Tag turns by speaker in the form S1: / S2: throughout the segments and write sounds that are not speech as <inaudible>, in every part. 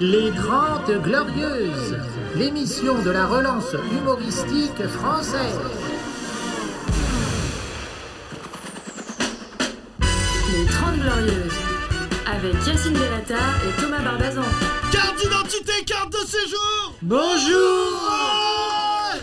S1: Les Grandes Glorieuses, l'émission de la relance humoristique française.
S2: Les 30 Glorieuses, avec Yacine Delata et Thomas Barbazan.
S3: Carte d'identité, carte de séjour
S1: Bonjour
S3: Ouais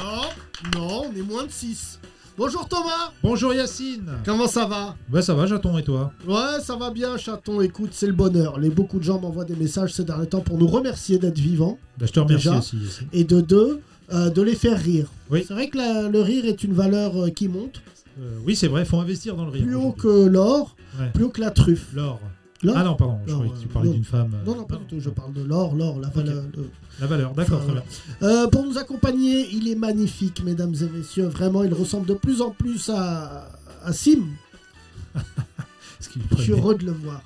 S3: Non, non, on est moins de 6. Bonjour Thomas
S4: Bonjour Yacine
S3: Comment ça va
S4: Bah ça va j'attends et toi
S3: Ouais, ça va bien chaton, écoute, c'est le bonheur. Les beaucoup de gens m'envoient des messages ces derniers temps pour nous remercier d'être vivants
S4: Bah je te remercie
S3: Déjà
S4: aussi Yacine.
S3: et de deux, euh, de les faire rire.
S4: Oui.
S3: C'est vrai que la- le rire est une valeur euh, qui monte,
S4: Euh, oui c'est vrai, faut investir dans le rire.
S3: plus haut
S4: aujourd'hui.
S3: que l'or,
S4: Ouais.
S3: plus haut que la truffe.
S4: L'or.
S3: L'or
S4: Ah non pardon, je
S3: Non,
S4: croyais que tu
S3: euh,
S4: parlais
S3: non.
S4: d'une femme. euh,
S3: Non, non, pas du tout, je parle de l'or, l'or, la
S4: Ok.
S3: valeur. le-
S4: La valeur, d'accord,
S3: Enfin,
S4: très bien.
S3: Euh, pour nous accompagner, il est magnifique, mesdames et messieurs. Vraiment, il ressemble de plus en plus à, à Sim.
S4: Parce qu'il
S3: Je suis
S4: prenait
S3: heureux de le voir.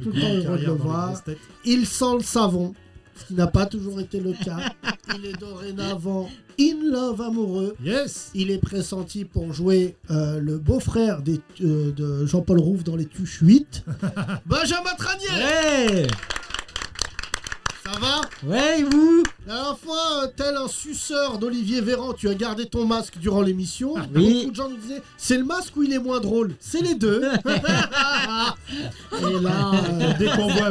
S4: une
S3: tout le temps heureux de
S4: carrière
S3: le
S4: dans les
S3: voir.
S4: grosses têtes.
S3: Il sent le savon, ce qui n'a pas toujours été le cas. Il est dorénavant in love amoureux.
S4: Yes
S3: Il est pressenti pour jouer euh, le beau-frère des- euh, de Jean-Paul Rouve dans les Tuches
S4: <laughs>
S3: 8. Benjamin Tranier
S5: Ouais
S3: Ça va
S5: Eh, Ouais, et vous
S3: La dernière fois, euh, tel un suceur d'Olivier Véran, tu as gardé ton masque durant l'émission.
S5: Ah, oui.
S3: Beaucoup de gens nous disaient c'est le masque ou il est moins drôle C'est les
S5: <laughs>
S3: deux. Et là.
S5: Ah,
S3: euh,
S4: Dès qu'on voit...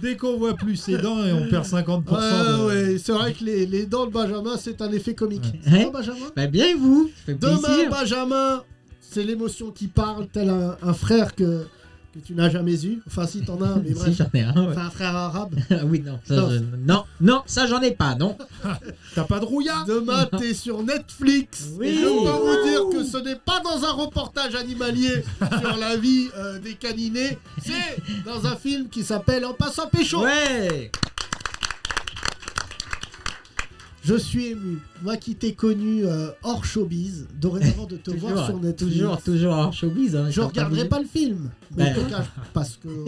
S4: Dès qu'on voit plus ses dents et on perd 50% de...
S3: euh, ouais, ouais, c'est vrai que les, les dents de Benjamin, c'est un effet comique.
S5: Ouais.
S3: C'est pas
S5: Ouais.
S3: Benjamin
S5: Bah bien, et vous Ça fait
S3: Demain,
S5: plaisir.
S3: Benjamin, c'est l'émotion qui parle, tel un, un frère que, que tu n'as jamais eu. Enfin, si t'en as un, mais
S5: <laughs> Si,
S3: bref.
S5: j'en ai un, ouais.
S3: Enfin, un frère arabe.
S5: Ah oui, non, ça,
S3: Non.
S5: je- non, non, ça, j'en ai pas, non.
S4: T'as pas de rouillard
S3: Demain, t'es sur Netflix.
S5: Oui. Oh.
S3: Et je peux vous dire que ce n'est pas dans un reportage animalier sur la vie euh, des caninés. C'est dans un film qui s'appelle En passant pécho.
S5: Ouais
S3: Je suis ému. Moi qui t'ai connu euh, hors showbiz, dorénavant de te voir sur Netflix.
S5: toujours, toujours en showbiz. hein,
S3: Je
S5: t'as
S3: regarderai
S5: bougé.
S3: pas le film. Mais
S5: Ouais.
S3: en tout cas, parce que
S5: <laughs>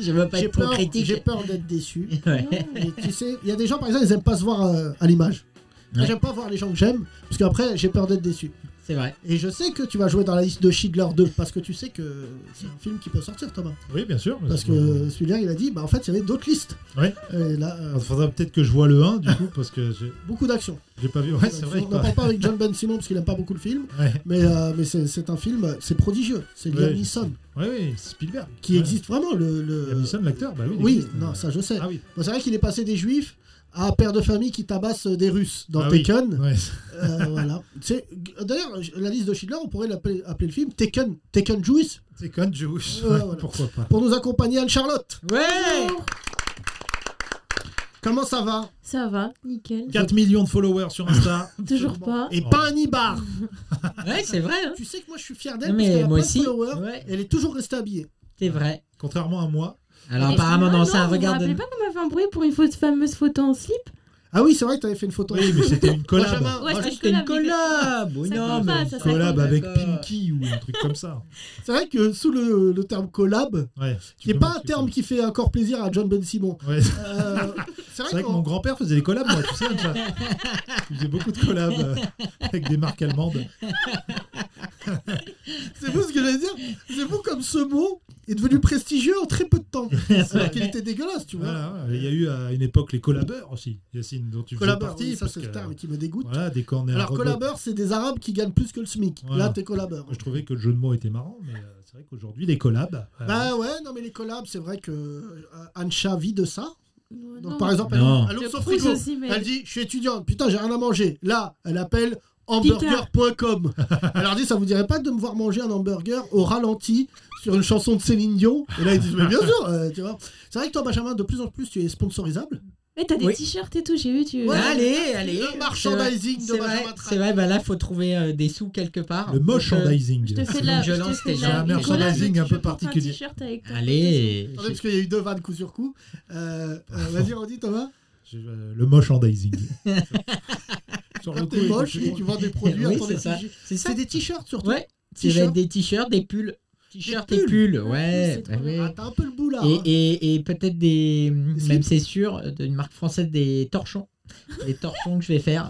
S5: je veux <laughs> pas
S3: j'ai
S5: être trop
S3: peur,
S5: critique.
S3: j'ai peur d'être déçu.
S5: Ouais. <laughs>
S3: Et tu sais, il y a des gens par exemple, ils aiment pas se voir euh, à l'image. Moi,
S5: Ouais.
S3: J'aime pas voir les gens que j'aime, parce qu'après j'ai peur d'être déçu.
S5: C'est vrai.
S3: Et je sais que tu vas jouer dans la liste de Schindler 2 parce que tu sais que c'est un film qui peut sortir, Thomas.
S4: Oui bien sûr.
S3: Parce que celui-là, il a dit, bah en fait, il y avait d'autres listes.
S4: Ouais.
S3: Et là, euh,
S4: Il faudra peut-être que je vois le 1 du coup parce que j'ai
S3: beaucoup d'actions.
S4: j'ai pas vu... Ouais c'est vrai.
S3: On n'en parle pas avec John Ben Simon parce qu'il aime pas beaucoup le film,
S4: Ouais.
S3: mais, euh, mais c'est c'est un film, c'est prodigieux. C'est Liam
S4: Ouais, je-
S3: Neeson
S4: Ouais, oui, Spielberg.
S3: qui
S4: Ouais.
S3: existe vraiment. Le, le-
S4: Liam Neeson, l'acteur, bah oui. il
S3: Oui,
S4: existe.
S3: non, ça je sais.
S4: Ah oui.
S3: Bon, c'est vrai qu'il est passé des juifs à père de famille qui tabasse des Russes dans
S4: Ah oui.
S3: Taken.
S4: Ouais. <laughs>
S3: Euh, voilà. C'est- D'ailleurs, la liste de Schindler, on pourrait l'appeler appeler le film Taken, Taken Jewish.
S4: C'est con, Jewish.
S3: Ouais, voilà.
S4: Pourquoi pas
S3: Pour nous accompagner, Anne-Charlotte.
S5: Ouais
S3: Comment ça va
S6: Ça va, nickel.
S4: 4 millions de followers sur <laughs> Insta.
S6: Toujours pas.
S3: Et
S4: Oh.
S3: pas un Ibar.
S5: Ouais, c'est vrai, hein.
S3: Tu sais que moi, je suis fier d'elle
S5: Mais
S3: parce qu'elle a
S5: moi
S3: plein de
S5: aussi.
S3: followers.
S5: Ouais.
S3: Elle est toujours restée habillée.
S5: C'est vrai.
S4: Contrairement à moi.
S5: Alors
S6: Et
S5: apparemment,
S6: sinon,
S5: non, ça
S6: vous
S5: regarde...
S6: Vous vous rappelez pas qu'on m'a fait un bruit pour une fausse- fameuse photo en slip
S3: Ah oui, c'est vrai que t'avais fait une photo.
S4: Oui, mais c'était une collab.
S3: <laughs> Benjamin,
S6: Ouais,
S3: Benjamin,
S6: c'est-
S5: C'était Oh, une collab Oui,
S6: Ça
S5: non,
S6: compte pas,
S5: mais...
S6: ça, ça
S4: collab
S6: compte.
S4: avec
S3: euh,
S5: D'accord.
S4: Pinky ou un truc comme ça.
S3: c'est vrai que sous le, le terme collab,
S4: Ouais.
S3: qui n'est pas un terme qui fait encore plaisir à John Ben Simon.
S4: Ouais. C'est <laughs>
S3: Euh, c'est vrai,
S4: vrai que
S3: qu'on-
S4: mon grand-père faisait des collabs, moi, tu sais. Déjà. Il faisait beaucoup de collabs euh, avec des marques allemandes.
S3: c'est vous ce que j'allais dire. C'est vous comme ce mot est devenu prestigieux en très peu de
S4: <laughs>
S3: temps. Alors qu'il était dégueulasse, tu vois.
S4: Voilà, ouais. Il y a eu à une époque les collabeurs aussi, Yacine, dont tu faisais
S3: Collabeur,
S4: partie.
S3: oui, ça
S4: parce
S3: c'est
S4: que,
S3: le terme qui me dégoûte.
S4: Voilà, dès qu'on est un
S3: Alors
S4: robot-
S3: collabeur, c'est des Arabes qui gagnent plus que le SMIC.
S4: Voilà.
S3: Là, t'es collabeur.
S4: Je trouvais que le jeu de mots était marrant, mais euh, c'est vrai qu'aujourd'hui, les collabs. euh,
S3: Bah ouais, non mais les collabs, c'est vrai que euh, Ancha vit de ça.
S6: Non,
S3: Donc
S6: non.
S3: par exemple, elle,
S5: Non.
S3: elle
S6: Le
S3: ouvre son
S6: Proust
S3: frigo.
S6: aussi, mais-
S3: Elle dit, je suis étudiante, putain, j'ai rien à manger. Là, elle appelle
S5: <laughs>
S3: hamburger.com. elle leur dit, ça vous dirait pas de me voir manger un hamburger au ralenti sur une chanson de Céline Dion Et là, ils disent, mais
S5: <laughs>
S3: bien sûr, euh, tu vois. C'est vrai que toi, Benjamin, de plus en plus, tu es sponsorisable.
S6: Eh, t'as des
S5: Oui.
S6: t-shirts et tout, j'ai vu, tu.
S3: Ouais.
S5: Allez, allez
S3: Le merchandising
S5: C'est
S3: de
S5: vrai,
S3: Benjamin Trapp.
S5: c'est vrai, bah là, faut trouver euh, des sous quelque part.
S4: Le
S5: Donc, euh,
S4: merchandising.
S6: Je te fais de la.
S5: Donc, je lance
S6: je te fais de
S5: déjà
S6: la-
S5: un
S6: une collab,
S4: merchandising
S6: mais
S4: un
S6: tu
S4: peu
S6: veux porter
S4: particulier.
S6: Un t-shirt avec toi.
S5: Allez
S3: Attendez, parce qu'il y a eu deux vannes coup sur coup. Euh,
S5: <laughs>
S3: euh, Vas-y, redis, Thomas.
S4: Je- euh, Le merchandising. Sur
S3: Quand
S4: le
S3: t'es
S4: coup,
S3: moche et tu vends des produits
S5: Oui,
S3: à ton
S5: c'est ça.
S3: effigie.
S5: C'est ça
S3: C'est des t-shirts surtout.
S5: Ouais, ça va
S3: T-shirt.
S5: être des t-shirts, des pulls. T-shirts
S3: Des
S5: et pulls,
S6: c'est
S5: ouais.
S6: trop
S5: bah
S6: bien.
S3: Ah,
S5: ouais.
S3: t'as un peu le bout là.
S5: Et,
S3: hein.
S5: et, et peut-être des,
S3: slips.
S5: même c'est sûr, d'une marque française, des torchons. les torchons que je vais faire.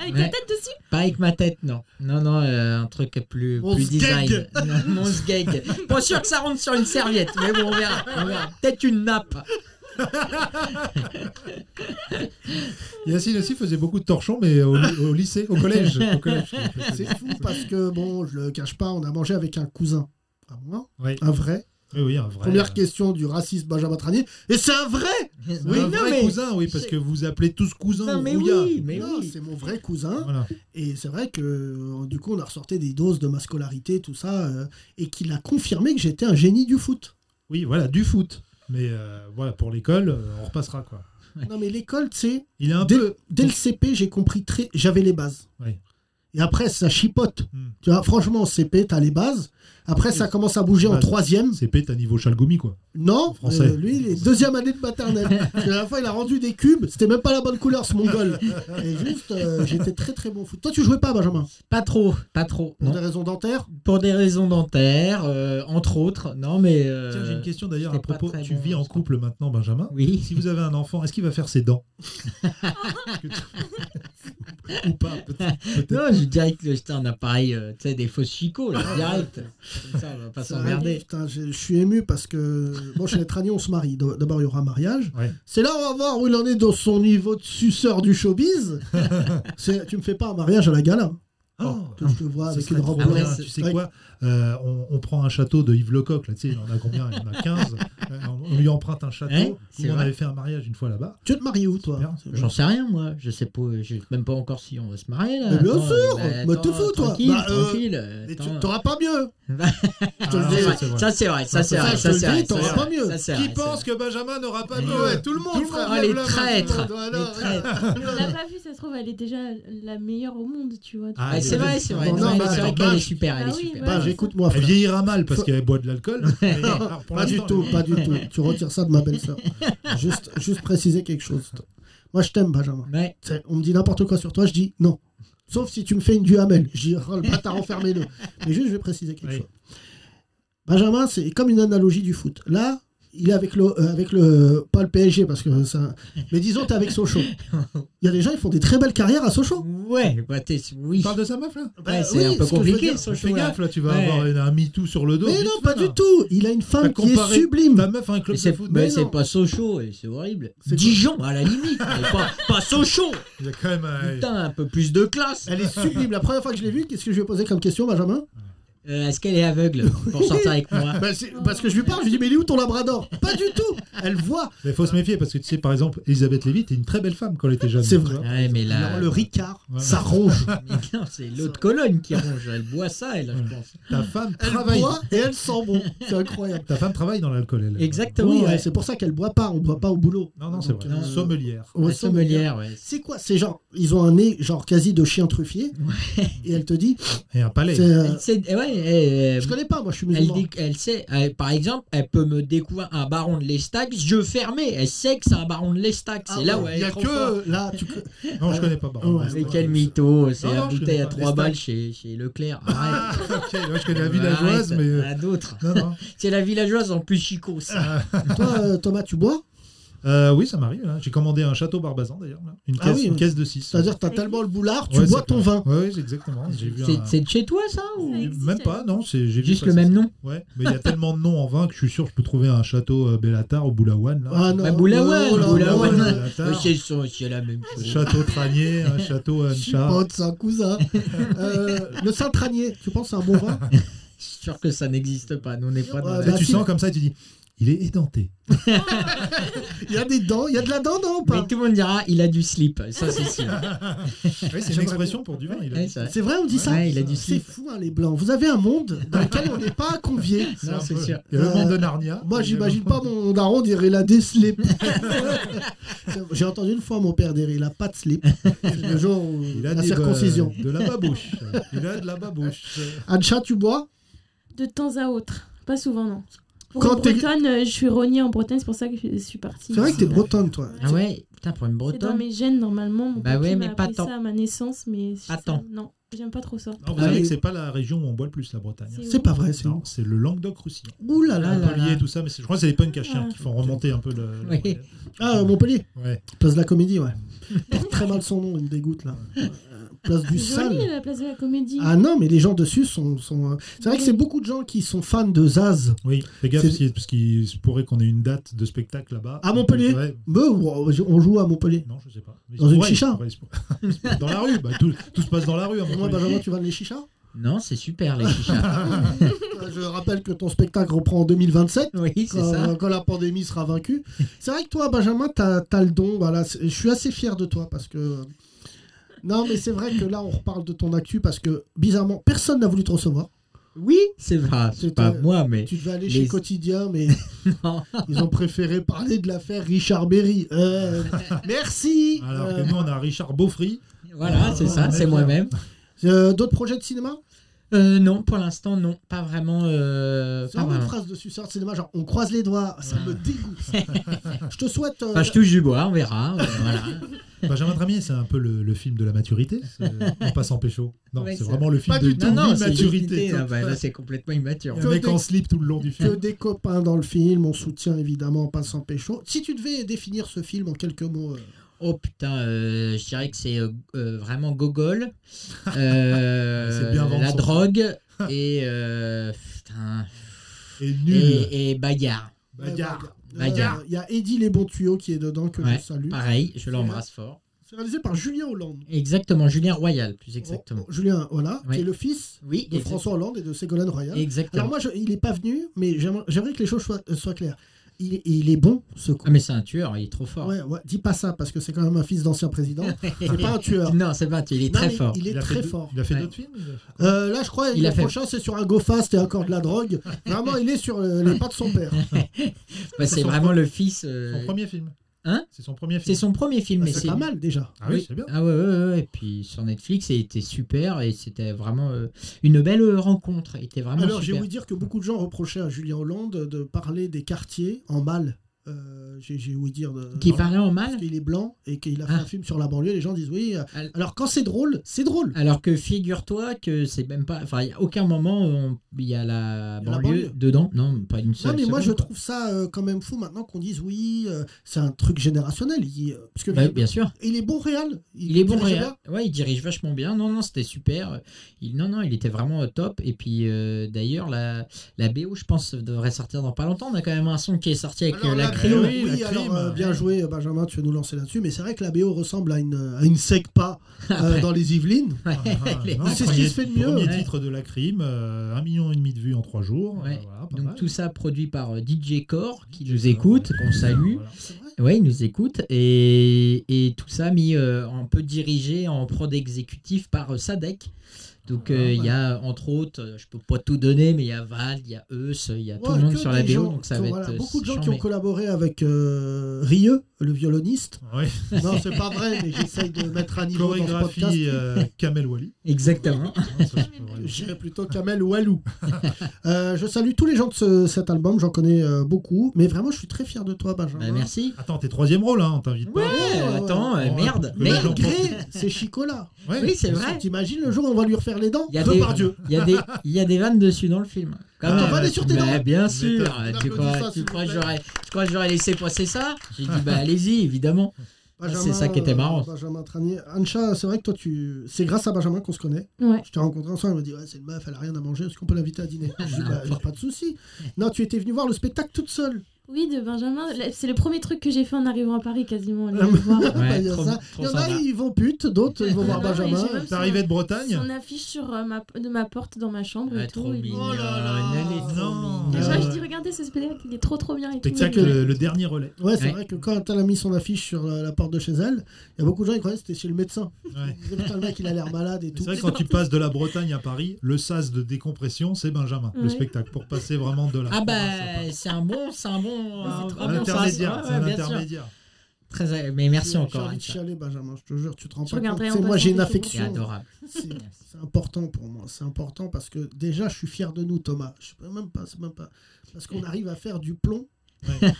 S6: Avec
S5: Ouais.
S6: la tête dessus
S5: <laughs> Pas avec ma tête, non. Non, non, euh, un truc plus,
S3: On
S5: plus
S3: se
S5: design. <laughs> Non, on se gag. Pas sûr que ça rentre sur une serviette, mais bon, on verra. on verra. Peut-être une nappe.
S4: Yacine aussi faisait beaucoup de torchons, mais au, au lycée, au collège. Au collège.
S3: C'est fou parce que, bon, je le cache pas, on a mangé avec un cousin. À moi
S4: Oui.
S3: Un vrai. euh,
S4: Oui, oui, un vrai.
S3: Première question du raciste Benjamin Tranier. Et c'est un vrai
S4: Un
S5: Oui, non,
S4: vrai
S5: mais.
S4: cousin, oui, parce
S5: c'est-
S4: que vous appelez tous cousins.
S5: Non,
S4: ou
S5: mais
S4: rouillards.
S5: oui, mais
S3: Non,
S5: oui.
S3: c'est mon vrai cousin.
S4: Voilà.
S3: Et c'est vrai que, euh, du coup, on a ressorti des doses de ma scolarité, tout ça, euh, et qu'il a confirmé que j'étais un génie du foot.
S4: Oui, voilà, du foot. Mais euh, voilà, pour l'école, euh, on repassera quoi.
S3: Non, mais l'école, tu sais,
S4: Il est un
S3: dès,
S4: peu.
S3: dès le CP, j'ai compris très. J'avais les bases.
S4: Ouais.
S3: Et après, ça chipote.
S4: Hmm.
S3: Tu vois, franchement, en CP, t'as les bases. Après, ça commence à bouger en
S4: Bases.
S3: troisième.
S4: C'est pète à niveau Chalgoumi quoi.
S3: Non,
S4: Français.
S3: euh, lui, il est deuxième année de
S4: <laughs>
S3: maternelle. Parce que la fois, il a rendu des cubes. C'était même pas la bonne couleur, ce
S4: <laughs>
S3: mongol. Et juste, euh, j'étais très très bon au foot. Toi, tu jouais pas, Benjamin
S5: Pas trop, pas trop.
S3: Pour
S5: non.
S3: des raisons dentaires
S5: Pour des raisons dentaires, euh, entre autres. Non, mais. euh,
S4: Tiens, j'ai une question d'ailleurs à
S5: c'était pas
S4: propos.
S5: très
S4: Tu
S5: bon,
S4: vis en
S5: ça.
S4: couple maintenant, Benjamin.
S5: Oui.
S4: Si vous avez un enfant, est-ce qu'il va faire ses dents <laughs> Est-ce que tu- Ou pas peut-être. peut-être.
S5: Non, j'ai direct jeté un appareil, euh, tu sais, des fausses chicots, là, direct. Comme ça, on va pas
S3: Ça arrive,
S5: s'emmerder.
S3: putain, je, je suis ému parce que bon, chez les Traniers, on se marie. D- D'abord, il y aura un mariage.
S4: Ouais.
S3: C'est là, on va voir où il en est dans son niveau de suceur du
S4: <laughs>
S3: showbiz. C'est- tu me fais pas un mariage à la gala. hein,
S4: Oh,
S3: que je te vois
S4: ce
S3: avec
S4: serait
S3: une
S4: trop
S3: robe
S5: Ah ouais,
S4: bien.
S3: blanche.
S5: c'est-
S4: tu sais
S3: ouais.
S4: quoi Euh, on, on prend un château de Yves Lecoq, là, tu sais, il en a combien Il en a 15. Euh, on on lui emprunte un château.
S5: Hein
S4: Nous,
S5: C'est
S4: on
S5: vrai.
S4: avait fait un mariage une fois là-bas.
S3: Tu veux te marier où, toi
S4: Super.
S5: J'en sais rien, moi. Je sais pas, je sais même pas encore si on va se marier, là.
S3: Mais bien
S5: Attends,
S3: sûr,
S5: bah,
S3: mais
S5: attends,
S3: t'es fou, toi.
S5: Tranquille,
S3: Bah, euh,
S5: tranquille. euh,
S3: Mais tu
S5: attends.
S3: t'auras pas
S5: <laughs>
S3: mieux.
S4: Ah,
S3: te le
S4: non,
S3: dis,
S4: ça,
S3: ouais.
S4: c'est vrai.
S5: Ça, c'est vrai, ça,
S4: Ah,
S5: c'est
S4: ça,
S5: vrai.
S4: je
S5: Ça,
S3: te le
S5: c'est
S3: dis,
S5: vrai.
S3: t'auras
S5: ça, c'est
S3: pas
S5: vrai,
S3: mieux.
S5: ça, c'est
S4: Qui
S5: vrai,
S4: pense
S5: c'est
S4: que Benjamin n'aura pas
S5: Mais
S4: mieux
S5: ouais,
S4: Tout le monde,
S5: Tout le
S4: frère,
S5: monde, oh,
S4: lève
S5: les
S4: la main,
S5: traîtres,
S4: tout le monde,
S5: vrai.
S4: voilà.
S5: Les traîtres.
S6: On l'a pas vu, ça se trouve, elle était déjà la meilleure au monde, tu vois.
S4: Ah,
S5: Ouais, c'est vrai, c'est vrai.
S3: Non,
S5: Non,
S3: non,
S5: mais
S3: bah,
S5: c'est vrai
S3: attends,
S5: qu'elle
S3: bah,
S5: est super, elle est
S6: bah oui,
S5: super.
S6: bah
S3: Bah, j'écoute-moi,
S4: Elle
S3: frère.
S4: vieillira mal parce qu'elle boit de l'alcool.
S5: <laughs>
S4: Mais non, alors, pour
S3: Pas du
S4: l'instant,
S3: tout,
S4: elle-
S3: pas du tout. Tu retires ça de ma <laughs> belle-sœur. Juste, juste préciser quelque chose. Moi, je t'aime, Benjamin.
S5: Ouais.
S3: Tu sais, On me dit n'importe quoi sur toi, je dis non. Sauf si tu me fais une duhamel. Je dis, oh, le bâtard, enfermez-le. Mais juste, je vais préciser quelque
S4: Oui.
S3: chose. Benjamin, c'est comme une analogie du foot. Là, il est avec le, euh, avec le pas le PSG, parce que ça. Mais disons, t'es avec Sochaux. Il y a des gens, ils font des très belles carrières à Sochaux.
S5: Ouais, bah, t'es- oui. <laughs>
S4: Tu parles de sa meuf là
S5: Ouais, c'est un peu
S3: ce que je veux
S5: compliqué,
S3: dire.
S5: ça.
S4: Fais
S5: Sochaux,
S4: gaffe là, tu vas
S5: Ouais.
S4: avoir une- un MeToo sur le dos.
S3: Mais
S4: vite
S3: non, Bah,
S4: fait,
S3: pas
S4: là.
S3: du tout. Il a une
S4: T'as
S3: femme qui est
S4: comparé
S3: sublime.
S4: Ta meuf à un club
S5: Mais
S4: de
S5: c'est
S4: foot.
S5: mais
S4: Mais
S5: c'est
S4: non.
S5: pas Sochaux, et c'est horrible.
S3: C'est
S5: Dijon, à la limite, mais pas, pas Sochaux.
S4: Il y a quand même. euh,
S5: Putain, un peu plus de classe.
S3: Elle est sublime. La première fois que je l'ai vue, qu'est-ce que je lui ai posé comme question, Benjamin
S5: Euh, Est-ce qu'elle est aveugle pour sortir avec moi
S3: <laughs> Bah, c'est- Parce que je lui parle, je lui dis, mais il est où ton labrador Pas du tout. Elle voit.
S4: Mais faut se méfier parce que tu sais, par exemple, Elisabeth Lévy était une très belle femme quand elle était jeune.
S3: C'est vrai.
S4: Tu vois.
S5: Ouais, mais là. <laughs>
S3: Alors, le Ricard,
S4: Voilà.
S3: ça ronge.
S5: Mais non, c'est l'eau de Cologne qui ronge. Elle boit ça, elle, je pense.
S4: Ta femme
S3: Elle
S4: travaille.
S3: boit et elle sent bon. C'est incroyable.
S4: Ta femme travaille dans l'alcool, elle.
S5: Exactement.
S3: Oui,
S5: ouais.
S3: ouais, c'est pour ça qu'elle boit pas. On boit pas au boulot.
S4: Non, non, c'est
S3: Donc,
S4: vrai.
S5: euh,
S4: Sommelière.
S3: on
S5: La
S3: sent bien.
S5: sommelière, ouais.
S3: C'est quoi ces gens Ils ont un nez genre quasi de chien truffier. Et elle te dit,
S4: Et un palais.
S3: c'est, euh,
S5: Elle sait- eh ouais, elle-
S3: je connais pas, moi je suis
S5: elle,
S3: musulman.
S5: dit- elle sait, elle- par exemple, elle peut me découvrir un baron de l'Estac, yeux fermés. Elle sait que c'est un baron de l'Estac. C'est
S3: Ah
S5: là
S3: ouais,
S5: où elle
S3: il y
S5: est
S3: a
S5: trop forte.
S3: que là. Tu...
S4: Non, je connais pas. Baron.
S3: Ouais.
S5: Mais quel mytho, c'est
S4: Non,
S5: la
S4: non, je
S5: bouteille
S4: connais
S5: à
S4: pas
S5: 3
S4: l'Estac.
S5: balles chez, chez Leclerc. Arrête.
S4: <laughs> Ok, ouais, je connais la
S5: Arrête,
S4: villageoise, mais. euh,
S5: à d'autres.
S4: Non, non.
S5: C'est la villageoise en plus chico, ça.
S3: Toi, euh, Thomas, tu bois
S4: Euh, oui, ça m'arrive. hein. J'ai commandé un château barbazan d'ailleurs. là. Une,
S3: Ah
S4: caisse,
S3: oui,
S4: une
S3: oui.
S4: caisse de 6.
S3: C'est-à-dire, t'as tellement le boulard, tu
S4: Ouais,
S3: bois
S4: c'est
S3: ton
S4: clair.
S3: vin.
S4: Oui, oui, exactement. J'ai vu
S5: C'est
S4: un-
S5: c'est de chez toi, ça ou...
S6: Ça Ah, existe,
S4: Même pas,
S6: alors.
S4: non, c'est j'ai vu
S5: Juste le
S4: passer
S5: même
S4: ça.
S5: nom
S4: Ouais, mais il y a tellement de noms en vin que je suis sûr que je peux trouver un château euh, Bellatar ou Boulawan. Là.
S3: Ah non.
S5: Bah, Boulaouane,
S3: Oh là là,
S5: Boulaouane.
S3: oh là là.
S5: Mais
S4: Bellatar,
S5: C'est c'est la même chose.
S4: château Tranier, un château
S3: Je suis
S4: Ancha.
S3: pote, c'est un cousin. Euh, le Saint-Tranier, tu penses c'est un bon vin
S5: Je suis sûr que ça n'existe pas. Nous, on n'est pas dans
S3: Ouais,
S5: la...
S4: Tu sais, tu
S3: Bah,
S4: sens comme ça et tu dis, il est édenté.
S3: Il y a des dents, il y a de la dent, non ou
S5: Mais
S3: pas
S5: tout le monde dira, il a du slip. Ça, c'est sûr.
S4: Oui, c'est une expression pour du vin. Il a
S5: Ouais,
S4: dit.
S5: ça-
S3: C'est vrai, on dit ça
S5: Ouais, il a du
S3: C'est
S5: slip.
S3: fou, hein, les blancs. Vous avez un monde
S5: <laughs>
S3: dans lequel on n'est pas convié.
S4: C'est
S5: Non,
S4: un
S5: c'est
S4: peu-
S5: sûr.
S4: Il y a le
S3: Euh,
S4: monde de Narnia.
S3: Moi, j'imagine pas mon daron dire il a des
S5: <laughs>
S3: slips. J'ai entendu une fois mon père dire il a pas de slip. C'est le jour où
S4: Il a
S3: la
S4: des-
S3: circoncision.
S5: bah,
S4: De la babouche. Il a de la babouche.
S3: Ancha, tu bois
S6: De temps à autre. Pas souvent, non. Pour
S3: Quand
S6: une
S3: t'es-
S6: bretonne, euh, je suis rognée en Bretagne, c'est pour ça que je je suis partie.
S3: C'est vrai que t'es bretonne, toi.
S5: Ah ouais, putain, pour une
S6: C'est dans
S5: bretonne.
S6: mes gènes, normalement. Mon
S5: Bah
S6: papy
S5: ouais,
S6: m'a
S5: mais pas
S6: appris
S5: tant.
S6: ça à ma naissance, mais... je-
S5: Pas tant.
S6: Non. J'aime pas trop ça.
S4: Non, vous
S3: Ah
S4: savez
S3: oui.
S4: que c'est pas la région où on boit le plus, la Bretagne. hein.
S3: C'est pas vrai, c'est
S4: Non, c'est le Languedoc-Roussillon.
S3: Ouh là
S5: Ah
S3: là là.
S4: Montpellier,
S3: là.
S4: tout ça, mais c'est- je crois que c'est les punks à chiens
S6: Ah.
S4: qui font remonter un peu le. le-
S5: Oui.
S3: Ah, euh, Montpellier.
S4: Ouais.
S3: Place de la Comédie, ouais. Porte très mal son nom, il me dégoûte là. Euh, Place du
S6: C'est joli
S3: Sale.
S6: la place de la comédie.
S3: Ah non, mais les gens dessus sont. sont, euh, C'est vrai que c'est beaucoup de gens qui sont fans de Zaz.
S4: Oui, fais gaffe,
S3: C'est-
S4: parce qu'il- parce qu'il se pourrait qu'on ait une date de spectacle là-bas.
S3: À Montpellier
S4: Ouais.
S3: Mais on Bah, on joue à
S5: <laughs>
S3: Montpellier.
S4: Non, je sais pas. Mais il
S3: Dans
S4: se
S3: une
S4: pourrait, il se
S3: chicha.
S4: pourrait, il se pourrait. Il se pourrait. Dans la rue, bah, tout, tout se passe dans la rue à
S3: Moi,
S4: Montpellier.
S3: Benjamin, tu vas dans les chichas
S5: Non, c'est super les
S3: <laughs>
S5: chichas.
S3: Euh, Je rappelle que ton spectacle reprend en 2027.
S5: oui, c'est
S3: Quand, euh,
S5: ça.
S3: quand la pandémie sera vaincue. C'est vrai que toi, Benjamin, t'as as le don. Voilà, C'est- je suis assez fier de toi parce que. Non, mais c'est vrai que là, on reparle de ton actu parce que, bizarrement, personne n'a voulu te recevoir.
S5: Oui, c'est pas,
S3: C'était-
S5: c'est pas moi, mais
S3: Tu devais aller
S5: Les-
S3: chez Quotidien, mais
S5: <laughs> Non.
S3: ils ont préféré parler de l'affaire Richard Berry.
S5: <laughs>
S3: Euh, merci
S4: Alors
S3: Euh,
S4: que nous, on a Richard Beaufry.
S3: Ah,
S5: voilà, c'est ça, c'est moi-même.
S3: euh, D'autres projets de cinéma
S5: Euh, non, pour l'instant, non, pas vraiment. euh,
S3: C'est
S5: pas
S3: vraiment une
S5: vraiment.
S3: phrase dessus, c'est cinéma, genre on croise les doigts, ça me
S5: <laughs>
S3: dégoûte. je te souhaite. euh,
S5: Enfin, je touche du bois, on verra. euh, voilà.
S4: Benjamin Tramier, c'est un peu le, le film de la maturité. c'est- On passe en pécho. Non,
S5: Ouais,
S4: c'est
S5: c'est-
S4: vraiment le film
S3: Pas
S4: de
S3: du tout,
S5: Non, non, c'est
S4: l'immaturité.
S5: immaturité.
S3: hein,
S5: Là, bah, là, c'est complètement immature.
S4: Le mec en slip tout le long du
S3: que
S4: film.
S3: des copains dans le film, on soutient évidemment en passant pécho. Si tu devais définir ce film en quelques mots, euh,
S5: Oh putain, euh, je dirais que c'est euh, euh, vraiment gogol,
S3: <laughs>
S5: euh,
S4: C'est bien vendu,
S5: la
S4: ça.
S5: drogue et, euh, putain,
S4: Et nul.
S5: et, et bagarre.
S4: Bagarre.
S3: euh,
S5: Bagarre.
S3: Il y a Eddie Les Bons Tuyaux qui est dedans, que
S5: Ouais,
S3: je salue.
S5: Pareil, je l'embrasse fort.
S3: C'est réalisé par Julien Hollande.
S5: Exactement, Julien Royal, plus exactement.
S3: Oh, oh, Julien, voilà,
S5: Ouais.
S3: qui est le fils
S5: Oui,
S3: Oh, de
S5: exact-
S3: François Hollande et de Ségolène Royal.
S5: exactement.
S3: Alors moi, je- il n'est pas venu, mais j'aimerais j'aimerais que les choses soient, euh, soient claires. Il, il est bon, ce con.
S5: Ah, mais c'est un tueur, il est trop fort.
S3: Ouais, ouais, dis pas ça, parce que c'est quand même un fils d'ancien
S5: <laughs>
S3: président. c'est pas un tueur.
S5: Non, c'est pas un tueur, il est
S3: Non,
S5: très
S3: mais
S5: fort.
S3: Il est
S4: a fait
S3: très
S4: deux-
S3: fort.
S4: Il a fait
S5: Ouais.
S4: d'autres films il a fait-
S3: Euh, là, je crois
S5: Il
S3: le
S5: a fait-
S3: prochain, c'est sur un GoFast et encore de la
S5: <laughs>
S3: drogue. Vraiment, il est sur euh, les pas de son père.
S5: Bah, c'est
S4: son
S5: vraiment
S4: premier-
S5: le fils. euh,
S4: Son premier film.
S5: Hein
S4: C'est son premier
S5: C'est
S4: film.
S5: son premier film,
S3: Bah,
S5: <laughs> mais
S3: c'est
S5: c'est
S3: pas mal déjà.
S4: <laughs> Ah oui, c'est bien.
S5: Ah ouais, ouais, ouais, ouais. Et puis sur Netflix, c'était super et c'était vraiment euh, une belle euh, rencontre. Il était vraiment
S3: Alors, j'ai
S5: super.
S3: ouï dire que beaucoup de gens reprochaient à Julien Hollande de parler des quartiers en mal. Euh, j'ai j'ai ouï dire. de-
S5: Qui parlait en mal
S3: Parce qu'il est blanc et qu'il a fait
S5: Ah.
S3: un film sur la banlieue, les gens disent oui. euh,
S5: Al-
S3: Alors, quand c'est drôle, c'est drôle.
S5: Alors que figure-toi que c'est même pas. Enfin, à aucun moment on- il y a la
S3: Il y a la
S5: banlieue
S3: banlieue.
S5: dedans. Non, pas une
S3: Non,
S5: seule.
S3: mais moi, je
S5: seconde, quoi.
S3: trouve ça euh, quand même fou maintenant qu'on dise oui, euh, c'est un truc générationnel. Il, euh, parce que
S5: Bah,
S3: il,
S5: bien sûr.
S3: il est bon réel.
S5: Il est bon,
S3: dirige
S5: Réa.
S3: bien.
S5: Ouais, il dirige vachement bien. Non, non, c'était super. Il, non, non, il était vraiment euh, top. Et puis, euh, d'ailleurs, la, la BO, je pense, devrait sortir dans pas longtemps. On a quand même un son qui est sorti avec
S3: Alors,
S5: euh, la,
S3: la
S5: Créole.
S3: BO,
S4: oui,
S3: oui,
S4: la
S3: alors,
S4: crime.
S3: euh, bien joué Benjamin, tu veux nous lancer là-dessus, mais c'est vrai que la BO ressemble à une, à une
S5: <laughs>
S3: secpa euh,
S5: Après.
S3: dans les Yvelines.
S4: Ah,
S5: Elle est
S4: non,
S3: C'est ce qui
S4: premier-
S3: se fait de mieux.
S4: Premier
S5: Ouais.
S4: titre de la crime, euh, un million et demi de vues en trois jours.
S5: Ouais.
S4: euh, voilà, pas
S5: Donc,
S4: mal.
S5: tout ça produit par euh, DJ Core, qui
S4: DJ
S5: nous
S4: Core,
S5: écoute,
S4: ouais.
S5: qu'on salue.
S4: Voilà.
S3: C'est vrai.
S5: Ouais, il nous écoute. Et, et tout ça mis euh, un peu dirigé en prod exécutif par euh, Sadek. Donc,
S3: Ah
S5: euh, il y a entre autres, euh, je peux pas tout donner, mais il y a Val, il y a Eus, il y a tout
S3: Ouais,
S5: le monde
S3: que
S5: sur la
S3: des
S5: BO.
S3: gens,
S5: Donc, ça
S3: que
S5: va
S3: voilà,
S5: être. euh,
S3: beaucoup de gens qui
S5: chambé.
S3: ont collaboré avec euh, Rieu, le
S5: <laughs>
S3: violoniste.
S4: Ouais.
S3: Non, c'est pas vrai, mais j'essaye de mettre à niveau dans ce podcast.
S4: Chorégraphie euh,
S3: <laughs>
S4: Kamel Wally. Non,
S5: Exactement.
S4: ça, je peux vraiment-
S3: Je dirais plutôt Kamel
S5: <laughs>
S3: Walou. Euh, je salue tous les gens de ce- cet album, j'en connais euh, beaucoup, mais vraiment, je suis très fier de toi, Benjamin.
S5: Bah, merci.
S4: Attends, t'es troisième rôle, hein, on t'invite
S5: Ouais,
S4: pas.
S5: attends, euh,
S4: Ouais,
S5: merde,
S4: que les gens
S5: merde.
S3: Malgré ces chicots-là.
S4: Ouais.
S5: Oui, c'est vrai.
S3: T'imagines le jour où on va lui refaire les dents
S5: Il y a
S3: Deux
S5: des,
S3: par Dieu.
S5: il y a des, il y a des vannes dessus dans le film. Quand
S4: Ah,
S5: même.
S4: on va aller
S3: sur tes
S5: Bah,
S3: dents.
S5: Bien
S4: Mais
S5: sûr.
S4: t'as-
S5: Tu
S3: t'applaudis
S5: crois,
S3: ça,
S5: tu
S3: s'il
S5: crois
S3: vous
S5: que
S3: plaît.
S5: j'aurais, tu crois que j'aurais laissé passer ça J'ai dit bah allez-y, évidemment.
S3: Ah,
S5: C'est ça qui était
S3: euh,
S5: marrant.
S3: Benjamin Tranier. Ancha, c'est vrai que toi, tu... c'est grâce à Benjamin qu'on se connaît.
S6: Ouais.
S3: Je t'ai rencontré ensemble, elle m'a dit Ouais, c'est une meuf, elle a rien à manger, est-ce qu'on peut l'inviter à dîner Je dis
S5: <laughs>
S3: Bah, Pas de souci. Non, tu étais venu voir le spectacle toute seule.
S6: Oui, de Benjamin. Là, C'est le premier truc que j'ai fait en arrivant à Paris quasiment. aller
S3: Ah,
S6: le
S3: <laughs>
S6: voir.
S3: Bah, il y a
S5: trop-
S3: ça.
S5: trop
S3: Il y en a,
S5: sympa.
S3: ils vont pute, d'autres,
S5: <laughs>
S3: ils vont voir
S5: Ah
S6: Non, non,
S3: Benjamin.
S6: mais j'ai même
S4: T'es arrivé de
S6: Son
S4: Bretagne
S6: affiche sur euh, ma, de ma porte dans ma chambre
S5: Ah,
S6: et tout.
S5: trop
S6: et-
S5: mignonne,
S3: Oh là là.
S5: elle est trop
S4: Non.
S5: mignonne.
S6: Et
S3: Ah
S6: genre, je
S3: ouais.
S6: dis, regardez ce spectacle, il est trop trop bien. Et tout.
S4: Spectacle, le, le dernier relais.
S3: Ouais, c'est
S5: Ouais.
S3: vrai que quand elle a mis son affiche sur la, la porte de chez elle, il y a beaucoup de gens qui croyaient que c'était chez le médecin.
S4: Ouais.
S3: Ils disaient, Putain, le mec, il a l'air malade et
S4: C'est
S3: tout.
S4: vrai que quand tu passes de la Bretagne à Paris, le sas de décompression, c'est Benjamin, le
S6: Ouais.
S4: spectacle, pour passer vraiment de la.
S5: Ah
S4: province
S5: bah c'est un bon, c'est un bon,
S6: Mais c'est
S5: un,
S6: trop
S5: un
S4: à Paris.
S5: bon
S4: C'est un intermédiaire,
S5: sens.
S4: c'est
S5: Ouais,
S4: un
S5: ouais, bien sûr.
S4: intermédiaire.
S5: Très, agréable. mais merci
S3: J'ai-
S5: encore.
S3: J'ai envie de
S5: Ancha.
S3: chialer, Benjamin, je te jure, tu te rends
S6: Je
S3: pas compte.
S6: regarderai en
S3: C'est- Moi, j'ai une
S6: passant tes photos.
S5: C'est
S3: affection.
S5: adorable.
S3: C'est- C'est important pour moi, c'est important parce que déjà je suis fier de nous Thomas, je sais même pas, c'est même pas parce qu'on arrive à faire du plomb.
S4: Ouais.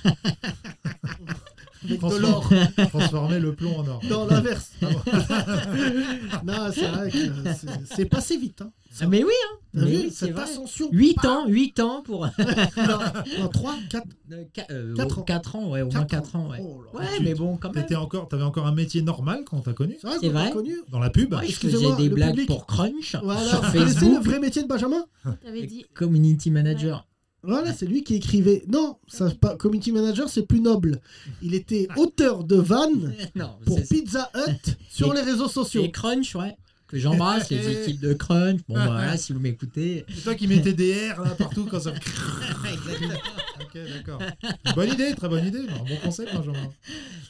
S3: avec de
S4: Transformer-
S3: l'or.
S4: <laughs> Transformer le plomb en or.
S3: Non, l'inverse.
S5: Ah
S3: <laughs> non, c'est vrai que c'est- c'est passé vite. Hein.
S5: Ah, mais oui, hein.
S3: T'as
S5: Mais
S3: vu
S5: oui, c'est
S3: cette
S5: vrai.
S3: ascension
S5: 8 ans, 8 ans pour.
S3: Non, 3, 4,
S5: 4
S3: Quatre Oh ans.
S5: ans, ouais, au moins 4 ans, ouais. Ouais,
S4: Tu-
S5: mais bon, quand même.
S4: T'étais encore, t'avais encore un métier normal quand on t'a connu
S3: C'est vrai
S5: C'est
S3: qu'on
S5: vrai.
S3: l'a connu.
S4: dans la pub.
S5: Moi, je faisais
S3: excusez-moi,
S5: des
S3: le
S5: blagues
S3: public.
S5: pour Crunch
S3: Voilà,
S5: <laughs> sur
S3: vous connaissez le
S5: Facebook.
S3: vrai métier de Benjamin
S6: T'avais dit.
S5: Community manager.
S3: Voilà, c'est lui qui écrivait. Non, ça, pas, community manager, c'est plus noble. Il était auteur de vannes
S5: <laughs> non,
S3: pour
S5: c'est
S3: Pizza Hut sur
S5: Et-
S3: les réseaux sociaux.
S5: c'est Crunch, ouais. Que j'embrasse les <laughs> équipes de Crunch. Bon, voilà, si vous m'écoutez.
S4: C'est toi qui mettais des R là partout quand ça. ok, d'accord. Bonne idée, très bonne idée. Un Bon concept, hein, Benjamin.